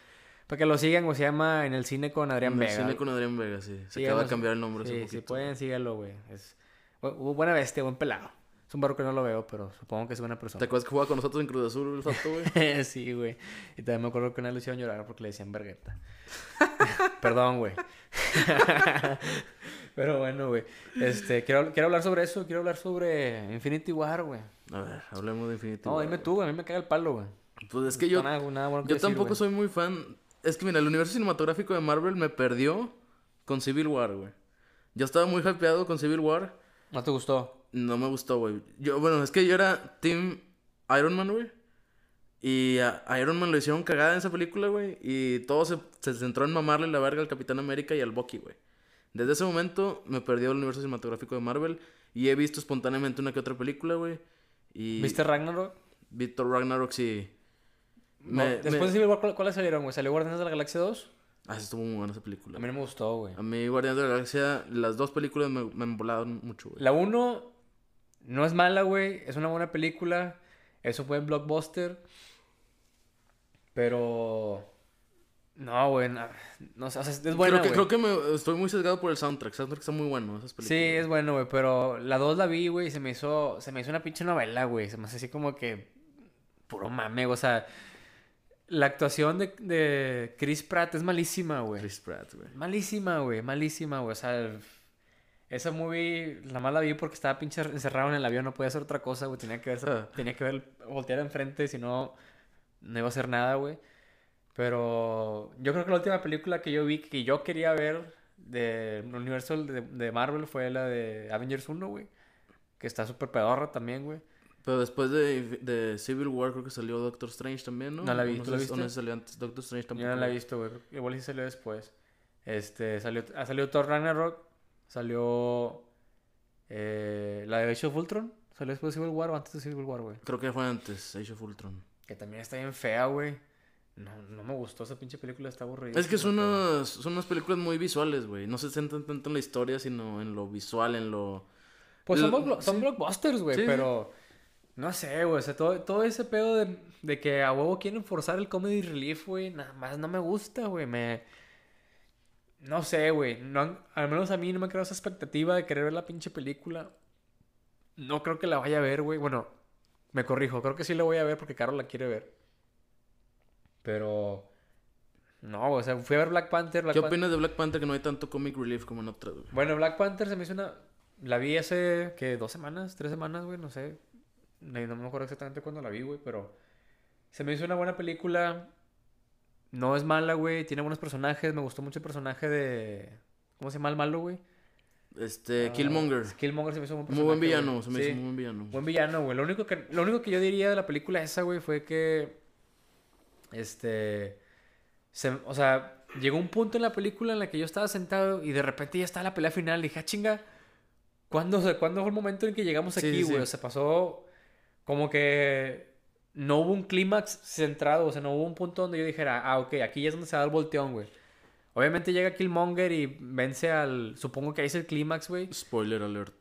Speaker 2: para que lo sigan, o se llama En el cine con Adrián
Speaker 1: En el
Speaker 2: Vega.
Speaker 1: cine con Adrián Vega, sí. Se
Speaker 2: Sí,
Speaker 1: acaba
Speaker 2: no
Speaker 1: de
Speaker 2: sé.
Speaker 1: cambiar el nombre hace
Speaker 2: Sí,
Speaker 1: poquito.
Speaker 2: sí, pueden, síganlo, güey. Es bu- bu- buena bestia, buen pelado. Es un barro que no lo veo, pero supongo que es buena
Speaker 1: ¿Te
Speaker 2: persona.
Speaker 1: acuerdas que jugaba con nosotros en Cruz Azul el fato, güey?
Speaker 2: sí, güey. Y también me acuerdo que una vez lo hicieron llorar porque le decían vergueta. Perdón, güey. pero bueno, güey. Este, quiero, quiero hablar sobre eso. Quiero hablar sobre Infinity War, güey.
Speaker 1: A ver, hablemos de Infinity
Speaker 2: No,
Speaker 1: War,
Speaker 2: dime
Speaker 1: güey.
Speaker 2: tú, güey. A mí me caga el palo, güey.
Speaker 1: Pues es que yo,
Speaker 2: Nada- nada bueno que
Speaker 1: yo
Speaker 2: decir,
Speaker 1: tampoco
Speaker 2: güey.
Speaker 1: soy muy fan. Es que mira, el universo cinematográfico de Marvel me perdió con Civil War, güey. Yo estaba muy hypeado con Civil War.
Speaker 2: ¿No te gustó?
Speaker 1: No me gustó, güey. Yo, bueno, es que yo era Team Iron Man, güey. Y a, a Iron Man lo hicieron cagada en esa película, güey. Y todo se, se centró en mamarle la verga al Capitán América y al Bucky, güey. Desde ese momento me perdió el universo cinematográfico de Marvel. Y he visto espontáneamente una que otra película, güey. Y...
Speaker 2: ¿Viste Ragnarok?
Speaker 1: Víctor Ragnarok, sí.
Speaker 2: No,
Speaker 1: Me-
Speaker 2: Después
Speaker 1: me-
Speaker 2: de Civil War, ¿cuál- ¿cuáles salieron, güey? ¿Salió Guardianes de la Galaxia 2?
Speaker 1: Ah, sí, estuvo muy buena esa
Speaker 2: A
Speaker 1: película.
Speaker 2: mí no me gustó, güey.
Speaker 1: A mí, Guardián de la Galaxia, las dos películas me, me embolaron mucho, güey.
Speaker 2: La 1 No es mala, güey. Es una buena película. Es un buen blockbuster. Pero. No, güey. na- No, sé, o sea, es buena.
Speaker 1: creo, que, creo
Speaker 2: güey.
Speaker 1: que me- estoy muy sesgado por el soundtrack. El soundtrack está muy bueno. Esas películas.
Speaker 2: Sí, es bueno, güey, pero la 2 la vi, güey, y se me hizo, se me hizo una pinche novela, güey, se me hace así como que puro mame, o sea, la actuación de, de Chris Pratt es malísima, güey.
Speaker 1: Chris Pratt, güey.
Speaker 2: Malísima, güey, malísima, güey, o sea, esa movie la más la vi porque estaba pinche encerrado en el avión, no podía hacer otra cosa, güey, tenía que ver,
Speaker 1: Ah.
Speaker 2: tenía que ver, voltear enfrente, si no, no iba a hacer nada, güey. Pero yo creo que la última película que yo vi, que yo quería ver del universo de, de Marvel fue la de Avengers 1, güey. Que está súper pedorra también, güey.
Speaker 1: Pero después de, de Civil War creo que salió Doctor Strange también, ¿no?
Speaker 2: No la vi,
Speaker 1: O No
Speaker 2: ¿tú la
Speaker 1: sé si- o
Speaker 2: viste?
Speaker 1: no sé si salió antes. Doctor Strange tampoco.
Speaker 2: Yo no la he visto, güey. creo que Igual sí salió después. Este, salió, ha salido Thor Ragnarok. Salió eh, la de Age of Ultron. Salió después de Civil War o antes de Civil War, güey.
Speaker 1: Creo que fue antes, Age of Ultron.
Speaker 2: Que también está bien fea, güey. No, no me gustó esa pinche película, está aburrida.
Speaker 1: Es que son unas, son unas películas muy visuales, güey. No se centran tanto en la historia, sino en lo visual, en lo...
Speaker 2: Pues son,
Speaker 1: Lo-
Speaker 2: blo- son blockbusters, güey,
Speaker 1: Sí, sí.
Speaker 2: pero no sé, güey. O sea, todo, todo ese pedo de, de que a huevo quieren forzar el comedy relief, güey, nada más no me gusta, güey. Me. No sé, güey. no han- al menos a mí no me creado esa expectativa de querer ver la pinche película. No creo que la vaya a ver, güey. Bueno, me corrijo, creo que sí la voy a ver porque Carol la quiere ver. Pero. No, o sea, fui a ver Black Panther. Black
Speaker 1: ¿Qué
Speaker 2: Pan-
Speaker 1: opinas de Black Panther que no hay tanto comic relief como en otras, güey?
Speaker 2: bueno, Black Panther se me hizo una. La vi hace, ¿qué? ¿Dos semanas? ¿Tres semanas, güey? No sé. No no me acuerdo exactamente cuándo la vi, güey, pero. Se me hizo una buena película. No es mala, güey. Tiene buenos personajes. Me gustó mucho el personaje de. ¿Cómo se llama el malo, güey?
Speaker 1: Este,
Speaker 2: Ah,
Speaker 1: Killmonger.
Speaker 2: Killmonger se me hizo un buen
Speaker 1: Muy buen
Speaker 2: personaje,
Speaker 1: villano,
Speaker 2: güey.
Speaker 1: se me
Speaker 2: Sí.
Speaker 1: hizo muy buen villano.
Speaker 2: Buen villano, güey. Lo único que, lo único que yo diría de la película esa, güey, fue que. Este. se- o sea, llegó un punto en la película en la que yo estaba sentado y de repente ya estaba la pelea final. Y dije, ah, chinga. ¿Cuándo, o sea, ¿cuándo fue el momento en que llegamos
Speaker 1: Sí,
Speaker 2: aquí,
Speaker 1: sí,
Speaker 2: güey?
Speaker 1: sí.
Speaker 2: O sea, pasó como que no hubo un clímax centrado, o sea, no hubo un punto donde yo dijera, ah, ok, aquí ya es donde se da el volteón, güey. Obviamente llega Killmonger y vence al. Supongo que ahí es el clímax, güey.
Speaker 1: Spoiler alert.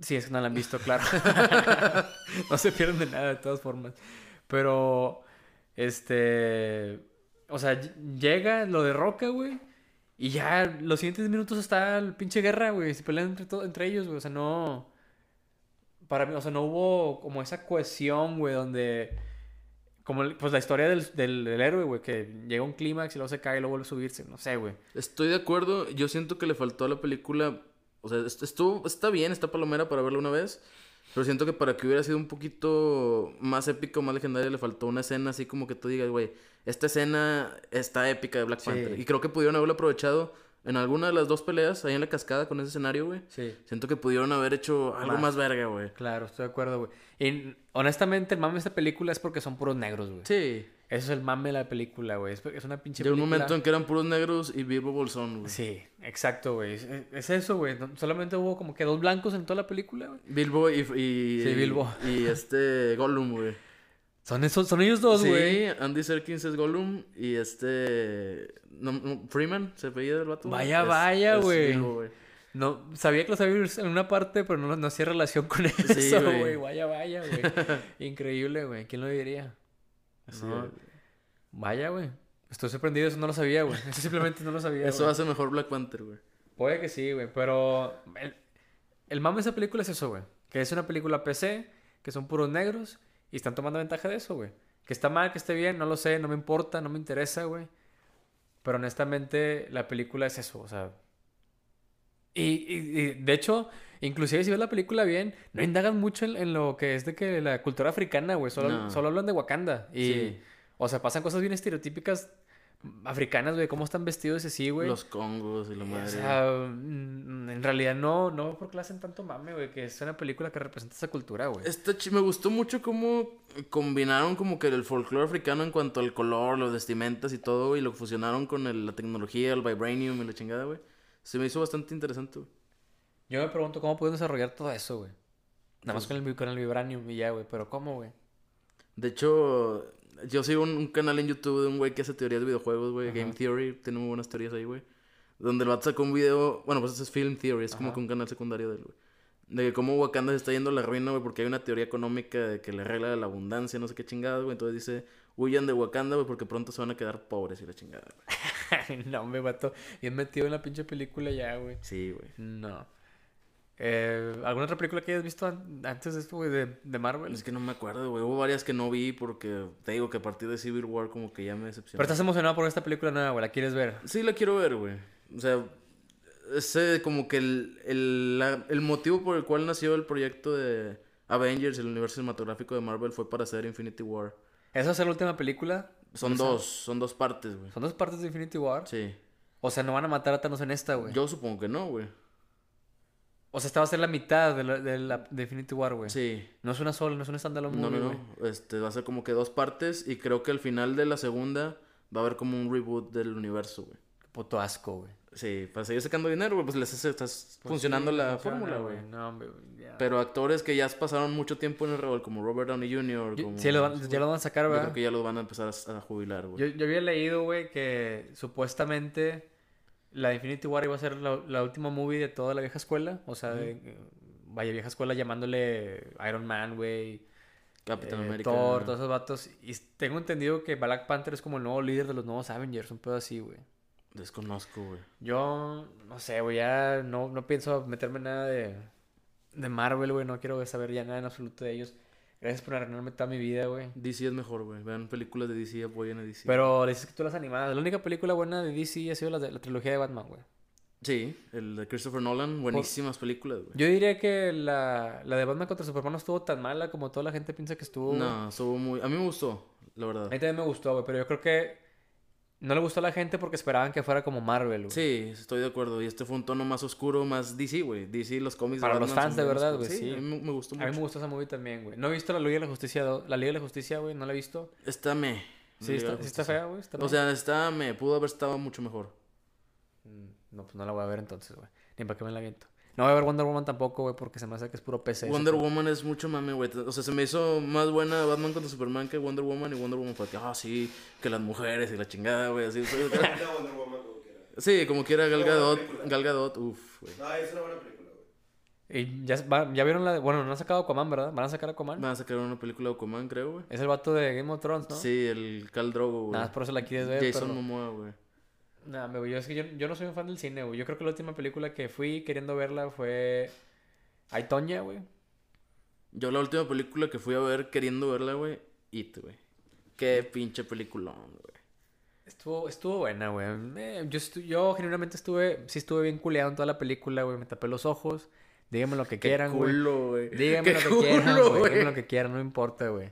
Speaker 2: Sí, es que no la han visto, claro. no se pierden de nada, de todas formas. Pero, este. O sea, ll- llega lo de Roca, güey. Y ya los siguientes minutos está el pinche guerra, güey. Se pelean entre, to- entre ellos, güey. O sea, no. Para mí, o sea, no hubo como esa cohesión, güey, donde. Como, el- pues la historia del, del- del héroe, güey, que llega a un clímax y luego se cae y luego vuelve a subirse. No sé, güey.
Speaker 1: Estoy de acuerdo, yo siento que le faltó a la película, o sea, est- estuvo, está bien, está palomera para verla una vez, pero siento que para que hubiera sido un poquito más épico, más legendario, le faltó una escena así como que tú digas, güey, esta escena está épica de Black
Speaker 2: Sí.
Speaker 1: Panther. Y creo que pudieron haberlo aprovechado en alguna de las dos peleas, ahí en la cascada con ese escenario, güey.
Speaker 2: Sí.
Speaker 1: Siento que pudieron haber hecho algo
Speaker 2: Más.
Speaker 1: más, verga, güey.
Speaker 2: Claro, estoy de acuerdo, güey. Y honestamente, el mame de esta película es porque son puros negros, güey.
Speaker 1: Sí.
Speaker 2: Eso es el mame de la película, güey. Es, es una pinche
Speaker 1: Llegó un
Speaker 2: película-
Speaker 1: momento en que eran puros negros y Bilbo Bolsón, güey.
Speaker 2: Sí, exacto, güey. Es, es eso, güey. No- solamente hubo como que dos blancos en toda la película, güey.
Speaker 1: Bilbo y, y-
Speaker 2: Sí, Bilbo.
Speaker 1: y este Gollum, güey.
Speaker 2: Son, esos, son ellos dos,
Speaker 1: sí,
Speaker 2: güey.
Speaker 1: Andy Serkins es Gollum y este. no, no, Freeman, se apellida el vato. güey?
Speaker 2: Vaya,
Speaker 1: Es-
Speaker 2: vaya,
Speaker 1: es
Speaker 2: güey.
Speaker 1: Bilbo, güey.
Speaker 2: No, sabía que los había visto en una parte, pero no, no hacía relación con eso,
Speaker 1: güey.
Speaker 2: güey. Vaya, vaya, güey. Increíble, güey. ¿Quién lo diría?
Speaker 1: Así
Speaker 2: No.
Speaker 1: es.
Speaker 2: Vaya, güey. Estoy sorprendido, eso no lo sabía, güey. Eso simplemente no lo sabía.
Speaker 1: Eso
Speaker 2: güey.
Speaker 1: hace mejor Black Panther, güey.
Speaker 2: Puede que sí, güey, pero el, el mame de esa película es eso, güey. Que es una película PC, que son puros negros y están tomando ventaja de eso, güey. Que está mal, que esté bien, no lo sé, no me importa, no me interesa, güey. Pero honestamente, la película es eso, o sea. Y, y- y, de hecho, inclusive si ves la película bien, no indagan mucho en, en lo que es de que la cultura africana, güey. Solo,
Speaker 1: No.
Speaker 2: solo hablan de Wakanda. Y,
Speaker 1: Sí.
Speaker 2: o sea, pasan cosas bien estereotípicas africanas, güey. Cómo están vestidos y así, güey.
Speaker 1: Los congos y la madre.
Speaker 2: O sea, mm, en realidad no, no porque la hacen tanto mame, güey, que es una película que representa esa cultura, güey.
Speaker 1: Esta Este chi- me gustó mucho cómo combinaron como que el folclore africano en cuanto al color, los vestimentas y todo, y lo fusionaron con el- la tecnología, el vibranium y la chingada, güey. Se me hizo bastante interesante, güey.
Speaker 2: Yo me pregunto cómo pueden desarrollar todo eso, güey. Nada más con
Speaker 1: Pues
Speaker 2: el, vi- con el vibranium y ya, güey, pero ¿cómo, güey?
Speaker 1: De hecho, yo sigo un, un canal en YouTube de un güey que hace teorías de videojuegos, güey. Game Theory, tiene muy buenas teorías ahí, güey. Donde el vato sacó un video, bueno, pues eso es Film Theory, es como
Speaker 2: Ajá.
Speaker 1: que un canal secundario de él, güey. De que cómo Wakanda se está yendo a la ruina, güey, porque hay una teoría económica de que la regla de la abundancia, no sé qué chingada, güey. Entonces dice, huyan de Wakanda, güey, porque pronto se van a quedar pobres y la chingada, güey.
Speaker 2: no, me mató. Bien metido en la pinche película ya, güey.
Speaker 1: Sí, güey.
Speaker 2: No. Eh, ¿Alguna otra película que hayas visto an- antes de esto, güey, de, de Marvel?
Speaker 1: Es que no me acuerdo, güey. Hubo varias que no vi porque te digo que a partir de Civil War como que ya me
Speaker 2: Pero
Speaker 1: decepcionó.
Speaker 2: estás emocionado por esta película nueva, güey. ¿La quieres ver?
Speaker 1: Sí, la quiero ver, güey. O sea, ese como que el, el, la- el motivo por el cual nació el proyecto de Avengers, el universo cinematográfico de Marvel, fue para hacer Infinity War.
Speaker 2: ¿Esa va a ser la última película?
Speaker 1: Son dos, son dos partes, güey.
Speaker 2: ¿Son dos partes de Infinity War?
Speaker 1: Sí.
Speaker 2: O sea, no van a matar a Thanos en esta, güey.
Speaker 1: Yo supongo que no, güey.
Speaker 2: O sea, esta va a ser la mitad de, la, de, la- de Infinity War, güey.
Speaker 1: Sí.
Speaker 2: No es una sola, no es una standalone
Speaker 1: No, no,
Speaker 2: movie,
Speaker 1: no. Este, va a ser como que dos partes y creo que al final de la segunda va a haber como un reboot del universo, güey.
Speaker 2: Qué puto asco, güey.
Speaker 1: Sí, para seguir sacando dinero, güey, pues les hace- estás
Speaker 2: Pues
Speaker 1: Pues funcionando
Speaker 2: sí,
Speaker 1: la
Speaker 2: funciona,
Speaker 1: fórmula, güey.
Speaker 2: No, hombre, güey, ya.
Speaker 1: Pero actores que ya pasaron mucho tiempo en el rol, como Robert Downey Jr.,
Speaker 2: Yo-
Speaker 1: como...
Speaker 2: sí, lo van- ya lo van a sacar,
Speaker 1: Yo
Speaker 2: ¿verdad?
Speaker 1: creo que ya los van a empezar a, a jubilar, güey.
Speaker 2: Yo, yo había leído, güey, que supuestamente la de Infinity War iba a ser la, la última movie de toda la vieja escuela. O sea, de- vaya vieja escuela llamándole Iron Man, güey,
Speaker 1: Capitán
Speaker 2: eh,
Speaker 1: América.
Speaker 2: Thor, todos esos vatos. Y s- tengo entendido que Black Panther es como el nuevo líder de los nuevos Avengers, un pedo así, güey.
Speaker 1: Desconozco, güey.
Speaker 2: Yo, no sé, güey, ya no, no pienso meterme en nada de, de Marvel, güey. No quiero saber ya nada en absoluto de ellos. Gracias por arruinarme toda mi vida, güey.
Speaker 1: DC es mejor, güey. Vean películas de DC, apoyen a DC.
Speaker 2: Pero dices que tú las animadas. La única película buena de DC ha sido la, de- la trilogía de Batman, güey.
Speaker 1: Sí, el de Christopher Nolan, buenísimas películas, güey.
Speaker 2: Yo diría que la, la de Batman contra Superman no estuvo tan mala como toda la gente piensa que estuvo. güey.
Speaker 1: No, estuvo muy... A mí me gustó, la
Speaker 2: A
Speaker 1: verdad.
Speaker 2: mí también me gustó, güey, pero yo creo que no le gustó a la gente porque esperaban que fuera como Marvel, güey.
Speaker 1: Sí, estoy de acuerdo. Y este fue un tono más oscuro, más DC, güey. DC, los cómics
Speaker 2: Para los
Speaker 1: Batman son
Speaker 2: fans de
Speaker 1: muy
Speaker 2: verdad,
Speaker 1: oscuros.
Speaker 2: güey, sí.
Speaker 1: a mí me, me gustó
Speaker 2: A mí me
Speaker 1: mucho.
Speaker 2: gustó esa movie también, güey. No he visto la Liga de la Justicia, do- la Liga de la Justicia, güey, no la he visto.
Speaker 1: Está me.
Speaker 2: Sí, está, sí está fea, güey. está
Speaker 1: O
Speaker 2: fea.
Speaker 1: sea, está me. Pudo haber estado mucho mejor.
Speaker 2: Mm, No, pues no la voy a ver entonces, güey. Ni para qué me la viento. No voy a ver Wonder Woman tampoco, güey, porque se me hace que es puro PC. ese
Speaker 1: Wonder
Speaker 2: pedo.
Speaker 1: Woman es mucho mame, güey. O sea, se me hizo más buena Batman contra Superman que Wonder Woman. Y Wonder Woman fue que, ah, sí, que las mujeres y la chingada, güey. Así, soy-
Speaker 3: Ahorita Wonder Woman como quiera.
Speaker 1: sí, como quiera Gal
Speaker 3: Una buena
Speaker 1: Gadot.
Speaker 3: película.
Speaker 1: Gal Gadot, uff, güey.
Speaker 3: No, es una buena película, güey.
Speaker 2: Y ya, va- ya vieron la de- Bueno, no han sacado Aquaman, ¿verdad? ¿Van a sacar Aquaman?
Speaker 1: Van a sacar una película de Aquaman, creo, güey.
Speaker 2: Es el vato de Game of Thrones, ¿no?
Speaker 1: Sí, el Cal Drogo, güey.
Speaker 2: Nada, más por eso la quieres ver.
Speaker 1: Jason
Speaker 2: pero...
Speaker 1: Momoa, güey.
Speaker 2: Nah, me voy. Yo, es que yo, yo no soy un fan del cine, güey. Yo creo que la última película que fui queriendo verla fue. Ay, Toña, güey.
Speaker 1: Yo la última película que fui a ver queriendo verla, güey, It, güey. Qué pinche peliculón, güey.
Speaker 2: Estuvo, estuvo buena, güey. Eh, yo, estu- yo generalmente estuve. Sí, estuve bien culeado en toda la película, güey. Me tapé los ojos. Díganme lo que quieran, güey.
Speaker 1: culo, güey.
Speaker 2: Díganme
Speaker 1: Qué
Speaker 2: lo que
Speaker 1: culo,
Speaker 2: quieran, güey.
Speaker 1: güey.
Speaker 2: Díganme lo que quieran, no importa, güey.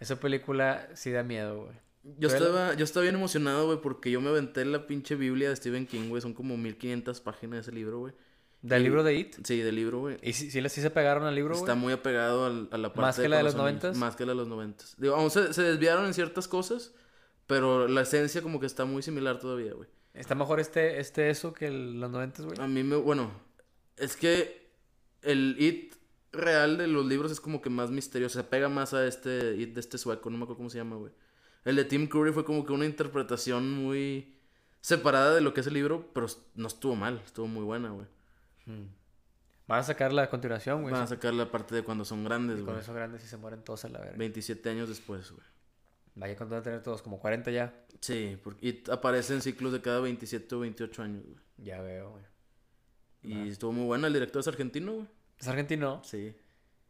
Speaker 2: Esa película sí da miedo, güey.
Speaker 1: Yo
Speaker 2: Pero-
Speaker 1: estaba, yo estaba bien emocionado, güey, porque yo me aventé la pinche Biblia de Stephen King, güey. Son como 1500 páginas de ese libro, güey.
Speaker 2: Del libro de It.
Speaker 1: Sí, del libro, güey.
Speaker 2: Y sí, sí, le- sí se pegaron al libro,
Speaker 1: Está
Speaker 2: güey.
Speaker 1: muy apegado al- a, la parte
Speaker 2: ¿Más que la de los
Speaker 1: conocimiento.
Speaker 2: 90s?
Speaker 1: Más que la de los 90. Digo, aún se, se desviaron en ciertas cosas, pero la esencia como que está muy similar todavía, güey.
Speaker 2: Está mejor este, este eso que el- los 90, güey.
Speaker 1: A mí me, bueno, es que el it real de los libros es como que más misterioso, se pega más a este it de este sueco, no me acuerdo cómo se llama, güey. El de Tim Curry fue como que una interpretación muy separada de lo que es el libro, pero s- no estuvo mal, estuvo muy buena, güey.
Speaker 2: Van Mm. a sacar la continuación, güey.
Speaker 1: Van a sacar la parte de cuando son grandes,
Speaker 2: Y con
Speaker 1: güey.
Speaker 2: esos grandes y se mueren todos a la verga.
Speaker 1: 27 años después, güey.
Speaker 2: Vaya cuando van a tener todos como 40 ya.
Speaker 1: Sí, porque it aparece en ciclos de cada 27 o 28 años, güey.
Speaker 2: Ya veo, güey.
Speaker 1: Y estuvo muy buena, el director es argentino, güey.
Speaker 2: ¿Es argentino?
Speaker 1: Sí.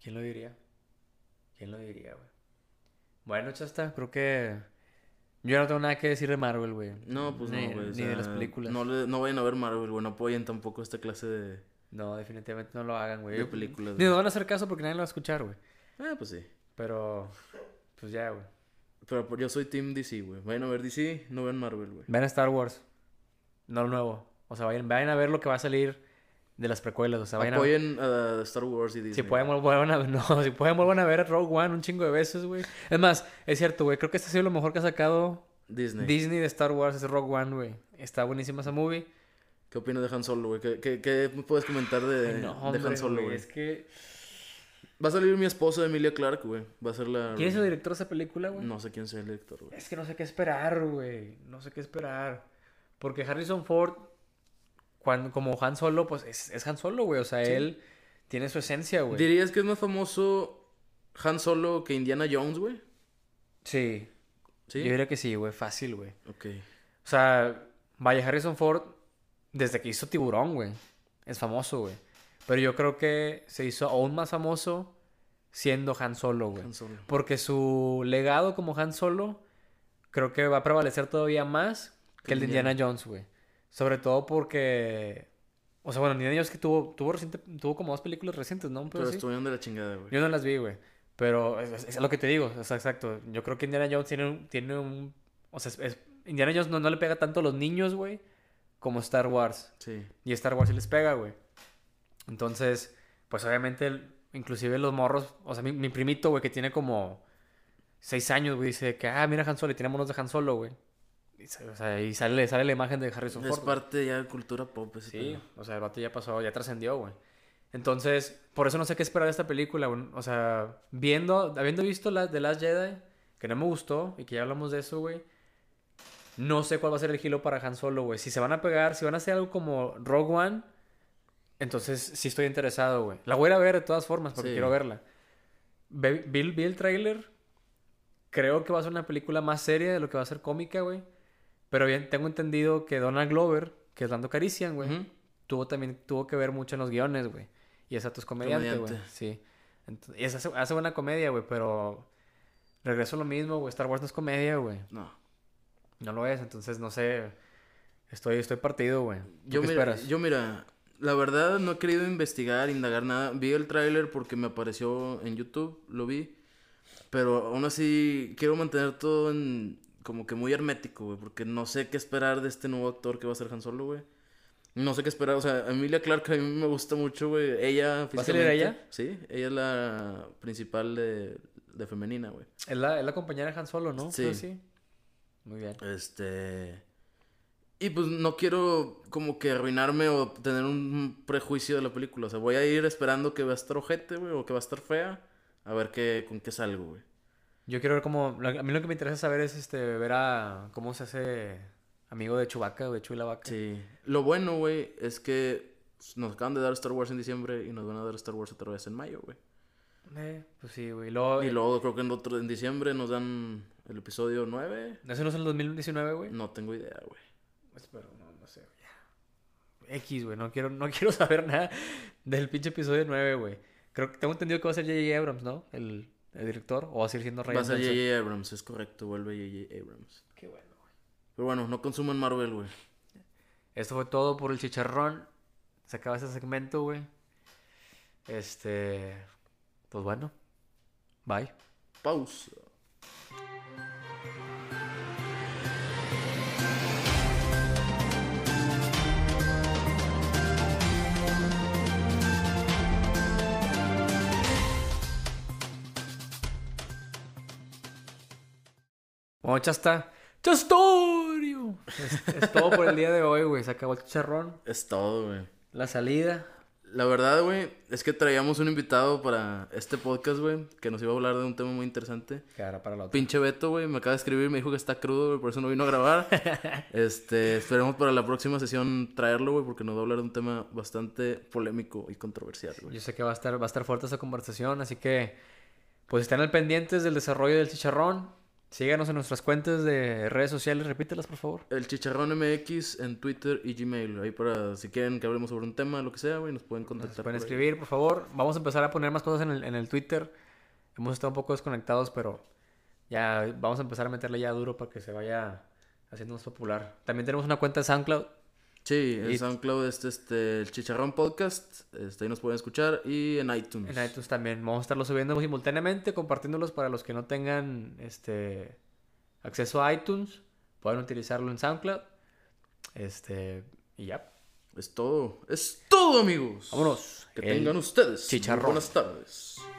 Speaker 2: ¿Quién lo diría? ¿Quién lo diría, güey? Bueno, Chasta, creo que... Yo ya no tengo nada que decir de Marvel, güey.
Speaker 1: No, pues
Speaker 2: Ni-
Speaker 1: no, güey. o
Speaker 2: Ni de
Speaker 1: sea,
Speaker 2: las películas.
Speaker 1: No,
Speaker 2: No,
Speaker 1: le- no vayan a ver Marvel, güey. No apoyen tampoco esta clase de.
Speaker 2: definitivamente no lo hagan, güey.
Speaker 1: De películas,
Speaker 2: Ni
Speaker 1: güey.
Speaker 2: nos van a hacer caso porque nadie lo va a escuchar, güey.
Speaker 1: Ah, pues sí.
Speaker 2: Pero... Pues ya, güey.
Speaker 1: Pero por- yo soy Team DC, güey. Vayan a ver DC, no vean Marvel, güey.
Speaker 2: Vean Star Wars. No lo nuevo. O sea, vayan, vayan a ver lo que va a salir de las precuelas. O sea, vayan a...
Speaker 1: Apoyen a Star Wars y
Speaker 2: Si
Speaker 1: Disney.
Speaker 2: pueden, vuelvan a, no, si pueden, vuelvan a ver a Rogue One un chingo de veces, güey. Es más, es cierto, güey. Creo que este ha sido lo mejor que ha sacado
Speaker 1: Disney.
Speaker 2: Disney de Star Wars. Es Rogue One, güey. Está buenísima esa movie.
Speaker 1: ¿Qué opinas de Han Solo, güey? ¿Qué, qué, qué me puedes comentar de,
Speaker 2: No,
Speaker 1: de
Speaker 2: hombre,
Speaker 1: Han Solo, güey?
Speaker 2: Es que...
Speaker 1: Va a salir mi esposo, Emilia Clark, güey. Va a ser la.
Speaker 2: ¿Quién es el director de esa película, güey?
Speaker 1: No sé quién sea el director, güey.
Speaker 2: Es que no sé qué esperar, güey. No sé qué esperar. Porque Harrison Ford, cuando, como Han Solo, pues es, es Han Solo, güey. O sea, él Tiene su esencia, güey.
Speaker 1: ¿Dirías que es más famoso Han Solo que Indiana Jones, güey?
Speaker 2: Sí.
Speaker 1: Sí.
Speaker 2: Yo diría que sí, güey. Fácil, güey.
Speaker 1: Ok.
Speaker 2: O sea, vaya Harrison Ford, desde que hizo Tiburón, güey. Es famoso, güey. Pero yo creo que se hizo aún más famoso siendo Han Solo, güey. Pues
Speaker 1: Han Solo.
Speaker 2: Porque su legado como Han Solo creo que va a prevalecer todavía más que el de Indiana Jones, güey. Sobre todo porque... O sea, bueno, Indiana Jones que tuvo, tuvo, reciente, tuvo como dos películas recientes, ¿no?
Speaker 1: Pero
Speaker 2: Pero sí.
Speaker 1: estuvieron de la chingada, güey.
Speaker 2: Yo no las vi, güey. Pero es, es- es lo que te digo, o sea, exacto. Yo creo que Indiana Jones tiene un... Tiene un o sea, es- es- Indiana Jones no, no le pega tanto a los niños, güey, como Star Wars.
Speaker 1: Sí.
Speaker 2: Y Star Wars sí les pega, güey. Entonces, pues obviamente, el- inclusive los morros, o sea, mi, mi primito, güey, que tiene como seis años, güey, dice que, ah, mira Han Solo, y tiene monos de Han Solo, güey. Y, sa- o sea, y sale, sale la imagen de Harrison
Speaker 1: Es
Speaker 2: Ford. güey.
Speaker 1: parte ya de cultura pop ese
Speaker 2: Sí,
Speaker 1: pedo.
Speaker 2: o sea, el vato ya pasó, ya trascendió, güey. Entonces, por eso no sé qué esperar de esta película, güey. O sea, viendo, habiendo visto la The Last Jedi, que no me gustó y que ya hablamos de eso, güey. No sé cuál va a ser el giro para Han Solo, güey. Si se van a pegar, si van a hacer algo como Rogue One, entonces sí estoy interesado, güey. La voy a ir a ver de todas formas porque
Speaker 1: Sí.
Speaker 2: quiero verla. Ve- Vi, vi el tráiler. Creo que va a ser una película más seria de lo que va a ser cómica, güey. Pero bien, tengo entendido que Donald Glover, que es Lando Carician, güey,
Speaker 1: Ujú.
Speaker 2: tuvo también tuvo que ver mucho en los guiones, güey. Y esa es comediante, güey.
Speaker 1: Comediante.
Speaker 2: Sí. Ent- y esa hace, hace buena comedia, güey, pero regreso a lo mismo, güey. Star Wars no es comedia, güey.
Speaker 1: No.
Speaker 2: No lo es, entonces no sé. Estoy, estoy partido, güey. ¿Tú
Speaker 1: Yo
Speaker 2: qué
Speaker 1: mira,
Speaker 2: esperas?
Speaker 1: yo mira, la verdad no he querido investigar, indagar nada. Vi el tráiler porque me apareció en YouTube, lo vi. Pero aún así quiero mantener todo en como que muy hermético, güey, porque no sé qué esperar de este nuevo actor que va a ser Han Solo, güey. No sé qué esperar, o sea, Emilia Clarke a mí me gusta mucho, güey. Ella
Speaker 2: ¿Va a salir ella?
Speaker 1: físicamente- Sí, ella es la principal de, de femenina, güey.
Speaker 2: Es la, es la compañera de Han Solo, ¿no?
Speaker 1: Sí.
Speaker 2: Creo que sí. Muy bien.
Speaker 1: Este. Y pues no quiero como que arruinarme o tener un prejuicio de la película. O sea, voy a ir esperando que va a estar ojete, güey, o que va a estar fea. A ver qué, con qué salgo, güey.
Speaker 2: Yo quiero ver cómo. lo- A mí lo que me interesa saber es este ver a cómo se hace amigo de Chewbacca o de Chula Vaca.
Speaker 1: Sí. Lo bueno, güey, es que nos acaban de dar Star Wars en diciembre y nos van a dar Star Wars otra vez en mayo, güey.
Speaker 2: Eh, pues sí, güey. Luego,
Speaker 1: Y luego creo que en, otro, en diciembre nos dan el episodio 9.
Speaker 2: ¿Eso no es en el 2019, güey?
Speaker 1: No tengo idea, güey.
Speaker 2: Pues, pero no, no sé, güey. X, güey. No quiero, no quiero saber nada del pinche episodio 9, güey. Creo que tengo entendido que va a ser J.J. Abrams, ¿no? El, el director. O va a seguir siendo Ryan
Speaker 1: Va a ser
Speaker 2: Johnson.
Speaker 1: J.J. Abrams, es correcto, vuelve J.J. Abrams.
Speaker 2: Qué bueno, güey.
Speaker 1: Pero bueno, no consuman Marvel, güey.
Speaker 2: Esto fue todo por el chicharrón. Se acaba este segmento, güey. Este. Pues bueno. Bye.
Speaker 1: Pausa.
Speaker 2: Bueno, ya está. ¡Chastorio! Es, es todo por el día de hoy, güey. Se acabó el chicharrón.
Speaker 1: Es todo, güey.
Speaker 2: La salida.
Speaker 1: La verdad, güey, es que traíamos un invitado para este podcast, güey, que nos iba a hablar de un tema muy interesante.
Speaker 2: Que ahora para la otra.
Speaker 1: Pinche Beto, güey, me acaba de escribir y me dijo que está crudo, güey, por eso no vino a grabar. Este, esperemos para la próxima sesión traerlo, güey, porque nos va a hablar de un tema bastante polémico y controversial, güey.
Speaker 2: Yo sé que va a estar, va a estar fuerte esta conversación, así que pues estén al pendientes del desarrollo del chicharrón. Síganos en nuestras cuentas de redes sociales, repítelas por favor.
Speaker 1: El Chicharrón MX en Twitter y Gmail, ahí para si quieren que hablemos sobre un tema, lo que sea, güey, nos pueden
Speaker 2: Nos
Speaker 1: contactar.
Speaker 2: pueden
Speaker 1: por ahí.
Speaker 2: escribir, por favor. Vamos a empezar a poner más cosas en el, en el Twitter. Hemos estado un poco desconectados, pero ya vamos a empezar a meterle ya duro para que se vaya haciendo más popular. También tenemos una cuenta de SoundCloud.
Speaker 1: Sí,
Speaker 2: Y-
Speaker 1: en SoundCloud este, este, el Chicharrón Podcast, este, ahí nos pueden escuchar y en iTunes.
Speaker 2: En iTunes también. Vamos a estarlos subiendo simultáneamente, compartiéndolos para los que no tengan este acceso a iTunes. Pueden utilizarlo en SoundCloud. Este. Y ya.
Speaker 1: Es todo. Es todo, amigos.
Speaker 2: Vámonos.
Speaker 1: Que
Speaker 2: El
Speaker 1: tengan ustedes. muy
Speaker 2: chicharrón.
Speaker 1: Buenas tardes.